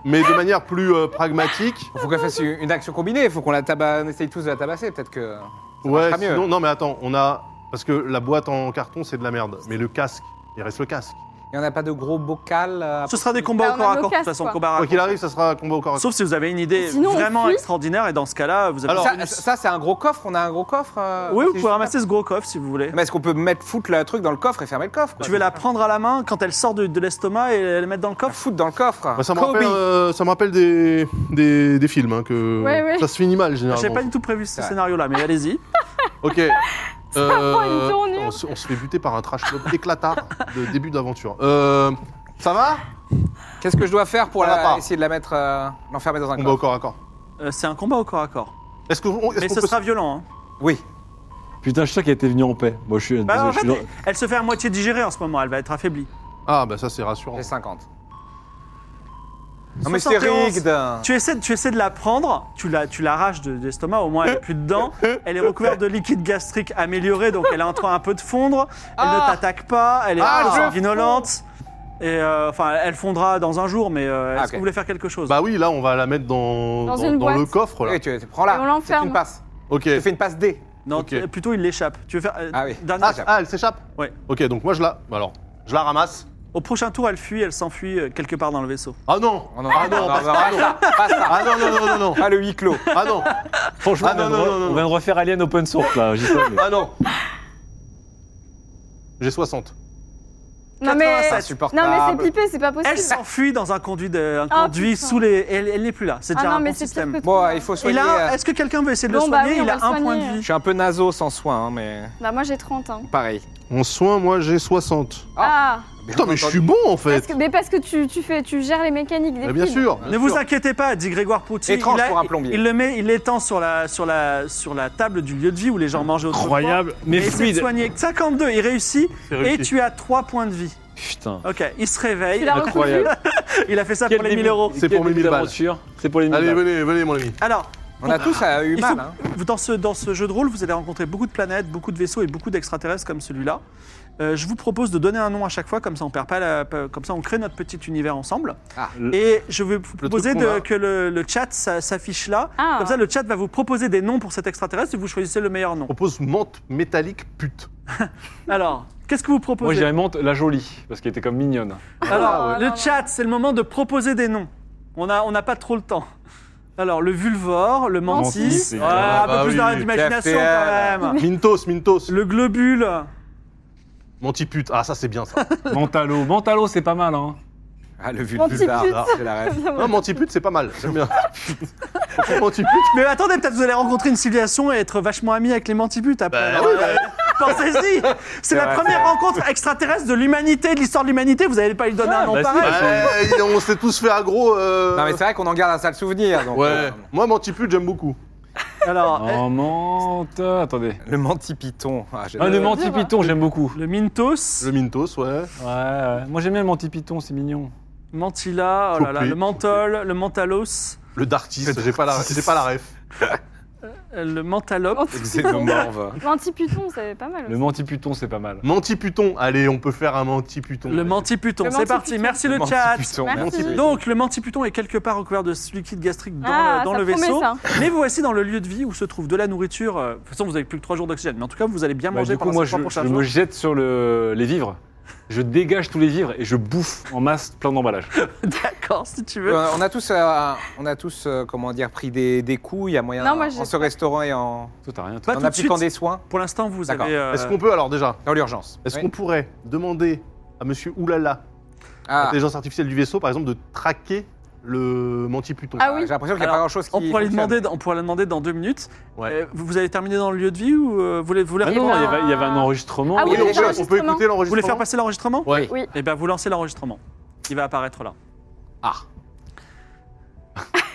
S5: mais de manière plus euh, pragmatique.
S4: Il faut qu'on fasse une action combinée. Il faut qu'on la taba- on essaye tous de la tabasser. Peut-être que.
S5: ouais,
S4: marchera mieux.
S5: sinon, non, mais attends, on a. Parce que la boîte en carton, c'est de la merde. Mais le casque, il reste le casque.
S4: Il n'y en a pas de gros bocal. euh,
S2: Ce sera des combats
S6: Bah,
S2: au
S6: on
S2: corps
S6: a
S2: à
S6: nos
S2: corps, de toute
S6: casques,
S2: façon,
S6: quoi.
S2: combat à
S5: Quoi
S2: corps.
S5: qu'il arrive, ça sera un combat au corps. à corps.
S2: Sauf si vous avez une idée
S6: Sinon, on
S2: vraiment
S6: fuit.
S2: extraordinaire, et dans ce cas-là, vous avez.
S5: Alors,
S4: Ça, ça, c'est un gros coffre. On a un gros coffre. euh,
S2: oui, vous
S4: c'est
S2: pouvez
S4: juste-
S2: ramasser ce gros coffre si vous voulez.
S4: Mais est-ce qu'on peut mettre foutre le truc dans le coffre et fermer le coffre quoi
S2: Tu veux la prendre à la main quand elle sort de, de l'estomac et la mettre dans le coffre
S4: foutre dans le coffre
S5: Bah, ça, me
S4: Kobe.
S5: rappelle, euh, ça me rappelle des, des, des films, hein, que
S6: Ouais, ouais.
S5: ça se finit mal généralement.
S2: J'ai Ah, pas du tout prévu ce
S4: Ouais.
S2: scénario-là, mais allez-y.
S5: Ok. Euh,
S6: prend une tournure.
S5: on, se, on se fait buter par un trash club éclatard de début d'aventure. Euh, ça va
S4: Qu'est-ce que je dois faire pour
S5: Ça va
S4: la,
S5: pas.
S4: essayer de la mettre, euh, l'enfermer dans un
S5: On va au
S4: coffre
S5: corps à corps.
S2: Euh, c'est un combat au corps à corps.
S5: Est-ce qu'on est
S2: Mais ce
S5: peut...
S2: sera violent. hein.
S4: Oui.
S7: Putain, je suis sûr qu'elle était venue en paix. Moi, je suis.
S2: Bah, en
S7: je suis
S2: fait,
S7: dans-
S2: elle, elle se fait à moitié digérer en ce moment, elle va être affaiblie.
S5: Ah bah ça c'est rassurant.
S4: J'ai 50. Non mais c'est
S2: 71.
S4: rigged
S2: Tu essaies, de- tu essaies de la prendre, tu la- tu l'arraches de, de l'estomac, au moins elle n'est plus dedans. Elle est recouverte de liquide gastrique amélioré, donc elle est en train un peu de fondre. Elle
S4: Ah.
S2: ne t'attaque pas, elle est
S4: Ah,
S2: un peu
S4: je
S2: sanguinolente. Et euh, enfin, elle fondra dans un jour, mais euh, est-ce
S4: Ah,
S2: que
S4: ok.
S2: vous voulez faire quelque chose
S5: Bah oui, là on va la mettre dans,
S6: Dans une boîte.
S5: le coffre là.
S4: Oui, tu, tu prends là.
S6: Et on l'enferme.
S4: C'est une passe.
S5: Ok.
S4: Tu fais une passe D.
S2: Non,
S5: ok.
S2: t- plutôt il l'échappe. Tu veux faire euh,
S4: Ah oui.
S2: dernier-
S5: Ah, ah, elle s'échappe
S2: Ouais.
S5: Ok, donc moi je la... bah alors, je la ramasse.
S2: Au prochain tour, elle fuit, elle s'enfuit euh, quelque part dans le vaisseau.
S5: Ah non
S4: On en
S5: Ah non
S4: pas ça. Pas ça.
S5: Ah non, non, non, non, non
S4: Pas le huis clos.
S5: Ah non
S7: Franchement,
S5: Ah, non,
S7: on, vient de
S5: non,
S7: re-
S5: non, non,
S7: on vient de refaire Alien Open Source là. j'y sais, mais-
S5: Ah non J'ai 60.
S6: Non, mais...
S2: 87.
S4: Insupportable.
S6: Non, mais c'est pipé, c'est pas possible.
S2: Elle s'enfuit dans un conduit, de, un
S6: Ah,
S2: conduit
S6: putain.
S2: sous les. Elle, elle n'est plus là. C'est
S6: Ah
S2: déjà
S6: non,
S2: un
S6: mais
S2: bon
S6: c'est pire
S2: système.
S6: que tout.
S4: Bon, il faut
S2: Et
S4: soigner.
S2: là,
S4: euh,
S2: est-ce que quelqu'un veut essayer de le
S6: Bon, bah
S2: soigner
S6: oui, on
S2: Il a
S6: va le
S2: un point de
S6: soigner.
S2: vie.
S4: Je suis un peu naso sans soin, hein, mais
S6: Bah, moi, j'ai 30, hein.
S4: pareil.
S5: En soin, moi j'ai 60.
S6: Ah,
S5: Putain, mais je suis bon en
S6: parce
S5: fait
S6: que, mais parce que tu, tu fais, tu gères les mécaniques des
S5: Mais Bien
S6: films.
S5: sûr
S2: Ne vous inquiétez pas, dit Grégoire Poutier.
S4: Étrange
S2: il, a-
S4: pour un plombier.
S2: il le met, il l'étend sur la, sur, la, sur la table du lieu de vie où les gens mangeaient autrefois.
S7: Incroyable, mais
S2: Et il essaie de
S7: fluide.
S2: soigner. 52, il réussit.
S5: C'est réussi.
S2: Et tu as 3 points de vie.
S7: Putain.
S2: Ok, il se réveille.
S6: Tu l'as reconnu
S7: Incroyable.
S2: Il a fait ça pour les 1000 euros.
S5: C'est pour mes 1000 balles.
S7: C'est pour les 1000
S5: Allez,
S7: balles.
S5: venez, venez mon ami.
S2: Alors,
S4: On a tous euh, eu
S2: Il
S4: mal.
S2: faut-
S4: hein.
S2: vous- Dans ce, dans ce jeu de rôle, vous allez rencontrer beaucoup de planètes, beaucoup de vaisseaux et beaucoup d'extraterrestres comme celui-là. Euh, je vous propose de donner un nom à chaque fois, comme ça on perd pas, la- pas- comme ça on crée notre petit univers ensemble.
S4: Ah.
S2: Et je vais vous
S5: truc
S2: proposer
S5: qu'on
S2: de-
S5: a.
S2: que le, le chat s'a- s'affiche là.
S6: Ah.
S2: Comme ça, le chat va vous proposer des noms pour cet extraterrestre et vous choisissez le meilleur nom.
S5: Propose menthe métallique pute.
S2: Alors, qu'est-ce que vous
S7: Moi,
S2: proposez
S7: j'irais monte la jolie, parce qu'elle était comme mignonne.
S2: Alors,
S6: Ah, ouais.
S2: le chat, c'est le moment de proposer des noms. On n'a on n'a pas trop le temps. Alors, le vulvore, le
S7: Mantis.
S2: mantis,
S7: Mantis.
S2: Ouais,
S5: Ah,
S2: un peu
S5: bah
S2: plus
S5: oui,
S2: d'imagination
S5: ah
S4: TFTL.
S2: quand même.
S5: Mintos, Mintos.
S2: Le globule,
S5: Mentipute. Ah, ça, c'est bien ça.
S7: Mentalo. Mentalo, c'est pas mal, hein.
S4: Ah, le vu
S6: Mon
S4: de plus
S6: petit
S4: tard,
S6: pute.
S4: là, c'est la rêve.
S5: Non, Mentipute, c'est pas mal. J'aime bien. Pourquoi Mentipute
S2: Mais attendez, peut-être vous allez rencontrer une civilisation et être vachement ami avec les mantiputes après.
S5: Bah
S2: Alors, euh, Pensez-y C'est la
S4: vrai,
S2: première rencontre extraterrestre de l'humanité, de l'histoire de l'humanité, vous n'allez pas lui
S4: Ah,
S2: donner un nom
S7: bah si,
S2: pareil.
S5: Ouais, On s'est tous fait aggro. Euh...
S4: Non, mais c'est vrai qu'on en garde un sale souvenir. donc, euh,
S5: Ouais. Moi, Mentipute, j'aime beaucoup.
S2: Alors, euh,
S7: Non, mente. Attendez.
S4: le menti-python. Ah, j'ai-
S7: Ah, le menti python, j'aime beaucoup.
S2: le Mintos,
S5: Le Mintos, ouais.
S7: Ouais, ouais. Moi, j'aime bien le menti python, c'est mignon.
S2: Mantila, oh là là,
S5: Chopé.
S2: le Mantol, le Mantalos,
S5: Le Dartis, j'ai pas la, j'ai pas la ref.
S2: euh, le Mantalope.
S4: Xénomorphe.
S6: L'anti-python, c'est pas mal.
S7: Le
S6: aussi.
S7: menti python, c'est pas mal.
S5: Mantiputon, allez, on peut faire un Mantiputon.
S2: Le mantiputon,
S6: Le
S2: c'est parti,
S6: mantiputon.
S2: merci le,
S4: Le
S2: chat.
S4: menti-python,
S6: Merci.
S4: merci.
S2: Donc le mantiputon est quelque part recouvert de liquide gastrique dans,
S6: Ah,
S2: le, dans
S6: ça
S2: le
S6: promet,
S2: vaisseau.
S6: ça.
S2: Mais vous voici dans le lieu de vie où se trouve de la nourriture. euh, De toute façon, vous avez plus que 3 jours d'oxygène, mais en tout cas, vous allez bien
S7: Bah,
S2: manger
S7: du coup,
S2: pendant
S7: moi,
S2: ces
S7: je,
S2: trois prochains
S7: je
S2: jours.
S7: me jette sur le- les vivres. Je dégage tous les vivres et je bouffe en masse plein d'emballages.
S2: D'accord, si tu veux.
S4: Euh, On a tous, euh, on a tous euh, comment dire, pris des, des coups. Il y a moyen
S6: Non, moi, j'ai
S4: en se restaurant et en,
S7: Toi, t'as rien. toi.
S2: Pas
S4: en
S2: tout de suite.
S4: appliquant des soins
S2: Pour l'instant, vous
S4: D'accord.
S2: avez. euh,
S5: Est-ce qu'on peut, alors déjà,
S4: dans l'urgence.
S5: est-ce
S4: Oui.
S5: qu'on pourrait demander à monsieur Oulala,
S4: Ah,
S5: l'intelligence artificielle du vaisseau, par exemple, de traquer le Mantiputon
S6: Ah oui.
S4: J'ai l'impression qu'il n'y a
S2: Alors,
S4: pas grand-chose qui
S2: On pourra, lui
S4: fonctionne.
S2: demander, on pourra lui demander dans deux minutes.
S5: Ouais.
S2: Euh, vous vous avez terminé dans le lieu de vie ou euh, vous voulez, vous voulez,
S7: Ah non,
S2: répondre
S7: non,
S2: à-
S7: il y avait, il y avait un enregistrement.
S6: Ah
S5: Oui,
S6: oui,
S5: on, peut, on
S6: l'enregistrement.
S5: peut écouter l'enregistrement.
S2: vous voulez faire passer l'enregistrement
S5: Ouais.
S6: Oui.
S2: Eh bien, vous lancez l'enregistrement. Il va apparaître là.
S4: Ah.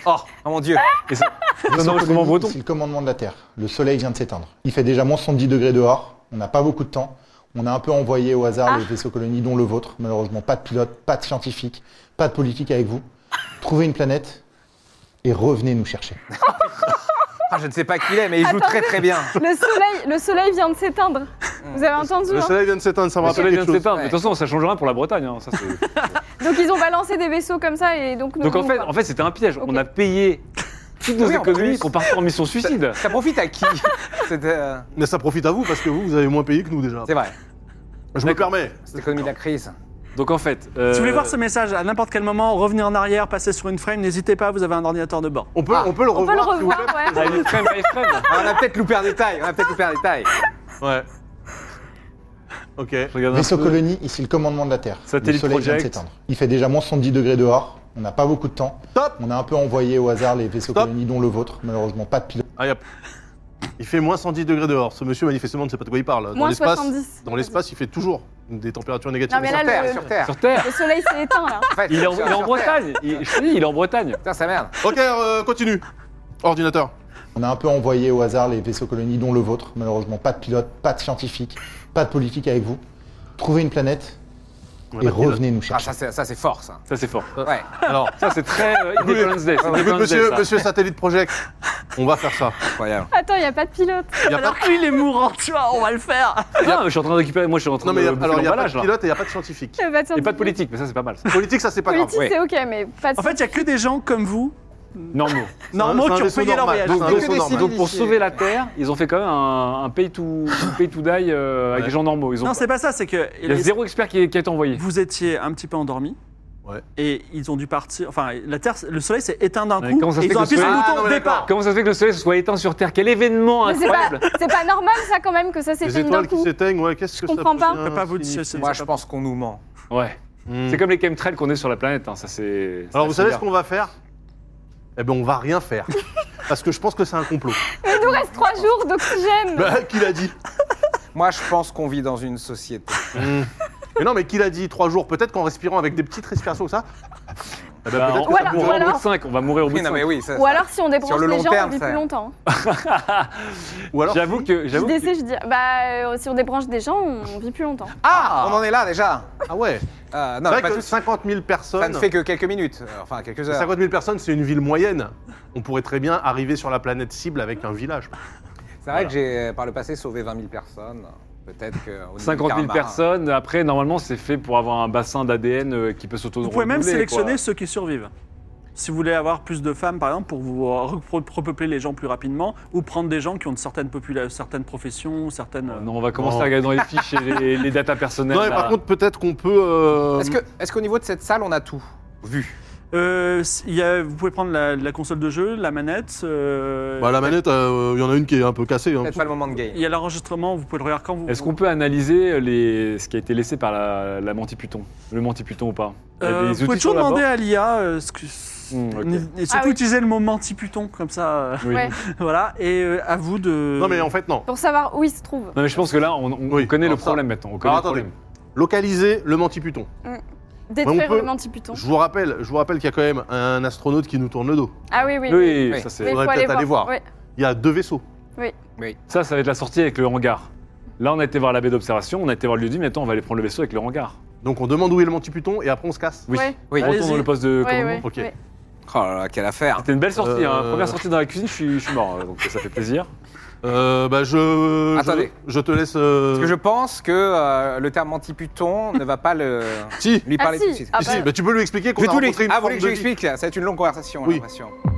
S4: Oh, oh mon dieu.
S7: Et
S6: Ah
S7: ça- c'est un enregistrement breton.
S9: C'est le commandement de la Terre. Le soleil vient de s'éteindre. Il fait déjà moins 70 degrés dehors. On n'a pas beaucoup de temps. On a un peu envoyé au hasard les vaisseaux colonies, dont le vôtre. Malheureusement, pas de pilote, pas de scientifique, pas de politique avec vous. Trouvez une planète et revenez nous chercher.
S4: Ah, je ne sais pas qui il est, mais il joue très très bien. Mmh.
S6: Le soleil, le soleil vient de s'éteindre. Vous avez entendu
S5: Le
S6: hein
S5: soleil vient de s'éteindre, ça me
S7: Le
S5: rappelle
S7: soleil vient
S5: quelque
S7: de
S5: chose.
S7: s'éteindre. Mais De toute façon, ça change rien pour la Bretagne. hein, ça, c'est-
S6: Donc ils ont balancé des vaisseaux comme ça et donc nous.
S7: Donc en
S6: nous,
S7: fait,
S6: pas.
S7: en fait c'était un piège.
S6: Ok.
S7: On a payé toutes nos
S4: Oui, en
S7: économies
S4: plus.
S7: pour partir en mission suicide.
S4: Ça profite à qui C'était, euh,
S5: Mais ça profite à vous, parce que vous, vous avez moins payé que nous déjà.
S4: C'est vrai,
S5: Je me permets.
S4: c'est l'économie de la crise.
S7: Donc en fait.
S2: Si vous voulez
S7: euh,
S2: voir ce message à n'importe quel moment, revenir en arrière, passer sur une frame, n'hésitez pas, vous avez un ordinateur de bord.
S5: On peut, on peut le
S6: Ah, on peut le
S5: revoir, s'il vous plaît.
S6: revoir, ouais.
S7: Ah, il est très, il est très bon.
S4: Ah, on a peut-être loupé un détail, on a peut-être loupé un détail.
S5: Ouais. Ok.
S7: Je regarde un
S9: Vaisseau
S7: peu.
S9: colonie, ici le commandement de la Terre.
S7: Satellite
S9: le soleil vient de
S7: Project.
S9: s'éteindre. Il fait déjà moins 70 degrés dehors. On n'a pas beaucoup de temps.
S5: Top
S9: On a un peu envoyé au hasard les vaisseaux
S5: Stop.
S9: colonies, dont le vôtre. Malheureusement, pas de pilote.
S5: Ah, yep. Il fait moins 110 degrés dehors. Ce monsieur, manifestement, ne sait pas de quoi il parle. Dans
S6: Moins
S5: l'espace,
S6: 70.
S5: dans l'espace, il fait toujours des températures négatives.
S6: Non, mais
S4: sur
S6: là,
S4: Terre,
S6: le-
S4: sur Terre.
S7: Sur Terre.
S6: Le soleil s'est éteint là.
S4: En fait,
S7: Il est en,
S4: sur-
S7: il est en
S4: sur Terre.
S7: Bretagne. Il- je te dis, il est en Bretagne.
S4: Putain, sa merde.
S5: Ok, euh, continue. Ordinateur.
S9: On a un peu envoyé au hasard les vaisseaux colonies, dont le vôtre. Malheureusement, pas de pilote, pas de scientifique, pas de politique avec vous. Trouvez une planète
S5: On a
S9: et
S5: pas de pilote.
S9: revenez nous
S4: Ah,
S9: chercher.
S4: ça, c'est, ça, c'est fort, ça.
S7: Ça, c'est fort.
S4: Ouais.
S5: Alors,
S7: Ça, c'est très. euh, Independence Day. c'est
S5: écoute,
S7: Independence Day,
S5: monsieur,
S7: ça.
S5: monsieur Satellite Project, on va faire ça.
S4: Incroyable.
S6: Attends, il n'y a pas de pilote.
S5: Il y a
S2: Alors lui, il est mourant, tu vois, on va le faire.
S7: Non, mais je suis en train de récupérer. Moi, je suis en
S5: pas...
S7: train
S5: Non, mais il y
S7: de
S5: a-
S7: bouffer
S5: alors, il n'y a pas
S7: l'emballage,
S5: de
S7: là.
S5: pilote et il n'y a pas de scientifique.
S6: Il y a pas de,
S7: Et pas
S6: scientifique.
S7: de politique, mais ça, c'est pas mal. ça.
S5: Politique, ça, c'est pas grave.
S6: Politique, c'est ok, mais pas de
S2: En fait, il n'y a que des gens comme vous,
S7: Normaux.
S2: normaux,
S5: c'est un
S2: qui ont
S5: vaisseau
S2: payé leur
S5: normal.
S2: voyage.
S5: Donc,
S2: Hein.
S5: donc, donc,
S7: Donc, pour sauver la Terre, ils ont fait quand même un, un pay to, pay to die euh, avec
S5: Ouais.
S7: des gens normaux. Ils ont
S2: Non, c'est pas ça, c'est que
S7: Il y a zéro expert qui, est- qui a été envoyé.
S2: vous étiez un petit peu endormi.
S5: Ouais.
S2: Et ils ont dû partir. Enfin, la Terre, le soleil s'est éteint d'un
S7: Ouais,
S2: coup.
S7: comment ça se
S2: Et
S7: fait
S2: ils ont
S7: que
S2: appuyé
S7: le
S2: sur le
S5: soleil- Ah,
S2: bouton
S5: non,
S2: de
S5: mais
S2: départ.
S7: Comment ça se fait que le Soleil se soit éteint sur Terre Quel événement
S6: Mais c'est
S7: incroyable
S6: pas, c'est pas normal ça quand même que ça
S5: Les
S6: s'éteigne d'un
S5: étoiles qui
S6: coup.
S5: s'éteignent, ouais, qu'est-ce que ça
S6: comprends pas.
S5: peut-
S2: Je peux pas vous dire. c'est-
S4: Moi,
S2: c'est
S4: je
S2: pas-
S4: pense qu'on nous ment.
S7: Ouais.
S5: Hmm.
S7: C'est comme les chemtrails qu'on est sur la planète. hein, Ça, c'est.
S5: Alors, vous savez ce
S7: bizarre.
S5: qu'on va faire Eh ben, on va rien faire. Parce que je pense que c'est un complot.
S6: Il nous reste trois jours d'oxygène.
S5: Bah, qui l'a dit
S4: Moi, je pense qu'on vit dans une société.
S5: Hmm. Mais non, mais qui l'a dit Trois jours, peut-être qu'en respirant avec des petites respirations, ça. Eh ben, peut-être
S7: on,
S5: que
S6: Voilà,
S5: ça pourra-
S7: on va mourir au bout
S6: voilà.
S7: de 5, on va mourir au bout
S4: Oui,
S7: de
S4: non, mais
S7: 5.
S4: oui, ça-
S6: Ou
S4: ça-
S6: alors si on débranche
S4: le
S6: les
S4: long
S6: gens, on
S4: terme,
S6: vit
S4: ça-
S6: plus longtemps.
S5: Ou alors,
S7: J'avoue que.
S6: Je
S7: j'avoue que-
S6: décide, je dis, bah euh, si on débranche des gens, on vit plus longtemps.
S4: Ah, on en est là déjà.
S5: ah ouais,
S4: Euh,
S5: c'est
S4: non,
S5: vrai
S4: pas
S5: que
S4: tout-
S5: 50 000
S4: ça
S5: personnes,
S4: ne fait que quelques minutes, euh, enfin quelques heures.
S5: 50 000 personnes, c'est une ville moyenne. On pourrait très bien arriver sur la planète cible avec un village.
S4: C'est vrai que j'ai, euh, par le passé, sauvé 20 000 personnes. Peut-être que. au niveau
S7: 50 000
S4: karma-
S7: personnes. Après, normalement, c'est fait pour avoir un bassin d'ADN euh, qui peut s'auto
S2: Vous pouvez même sélectionner ceux qui survivent. Si vous voulez avoir plus de femmes, par exemple, pour vous euh, repro- repeupler les gens plus rapidement, ou prendre des gens qui ont une certaine, popula- certaines professions, certaines... euh,
S7: Non, on va commencer
S5: Non.
S7: à regarder dans les fiches et les, les datas personnelles. bah.
S5: Non, mais
S7: là.
S5: par contre, peut-être qu'on peut. euh,
S4: Est-ce, que, est-ce qu'au niveau de cette salle, on a tout vu
S2: Euh, s- il y a- vous pouvez prendre la, la console de jeu, la manette. euh,
S5: Bah, la manette, euh, il y en a une qui est un peu cassée. hein.
S4: Peut-être pas le moment de game.
S2: Il y a l'enregistrement, vous pouvez le regarder quand vous.
S7: Est-ce qu'on peut analyser euh, les... ce qui a été laissé par la, la Mantiputon Le Mantiputon ou pas Il y a
S2: Euh,
S7: des
S2: vous pouvez
S7: sur
S2: toujours
S7: la
S2: demander
S7: borne
S2: à l'IA euh, ce que-
S7: Hmm, ok.
S2: Et- Et surtout
S6: Ah oui.
S2: utiliser le mot mantiputon comme ça, euh,
S7: Oui.
S6: Ouais.
S2: voilà. Et euh, à vous de.
S5: Non, mais en fait, non.
S6: Pour savoir où ils se trouvent.
S7: Non, mais je pense que là, on, on
S5: Oui,
S7: connaît le
S5: alors ça-
S7: problème maintenant. On connaît
S5: Alors,
S7: le problème.
S5: Localiser le mantiputon.
S7: Bah,
S6: Détruire
S5: peut-
S6: le mantiputon.
S5: Je vous rappelle, je vous rappelle qu'il y a quand même un astronaute qui nous tourne le dos.
S6: Ah oui, oui.
S7: Oui,
S4: Oui.
S7: Ça,
S6: Mais
S7: c'est-
S5: faudrait
S6: faut
S5: peut-être aller voir.
S6: Ouais.
S5: Il y a deux vaisseaux.
S7: ça, ça va être la sortie avec le hangar. Là, on a été voir la baie d'observation, on a été voir le lieu dit, mais attends, on va aller prendre le vaisseau avec le hangar.
S5: Donc on demande où est le mantiputon et après on se casse.
S7: Oui.
S6: Ouais.
S4: Oui.
S7: On retourne
S2: Allez-y.
S7: dans le poste de
S6: Ouais,
S7: commandement.
S6: ouais,
S5: Ok.
S6: ouais.
S4: Oh là là, quelle affaire
S7: C'était une belle sortie, hein.
S5: Euh.
S7: première sortie dans la cuisine, je suis, je suis mort, euh, donc ça fait plaisir.
S5: Euh, bah je,
S4: Attendez.
S5: je. je te laisse. euh,
S4: Parce que je pense que euh, le terme anti-Pluton ne va pas le...
S5: Si.
S4: lui
S6: Ah
S4: parler
S6: si.
S4: tout de suite.
S6: Ah
S5: Si,
S6: bah-
S5: si, bah, tu peux lui expliquer
S4: Je
S5: qu'on
S4: vais
S5: a
S4: tout lui
S5: rencontré
S4: expliquer.
S5: une
S4: Ah, vous
S5: forme
S4: voulez que
S5: de
S4: je lui
S5: vie.
S4: explique là Ça va être une longue conversation, j'ai
S5: Oui.
S4: l'impression.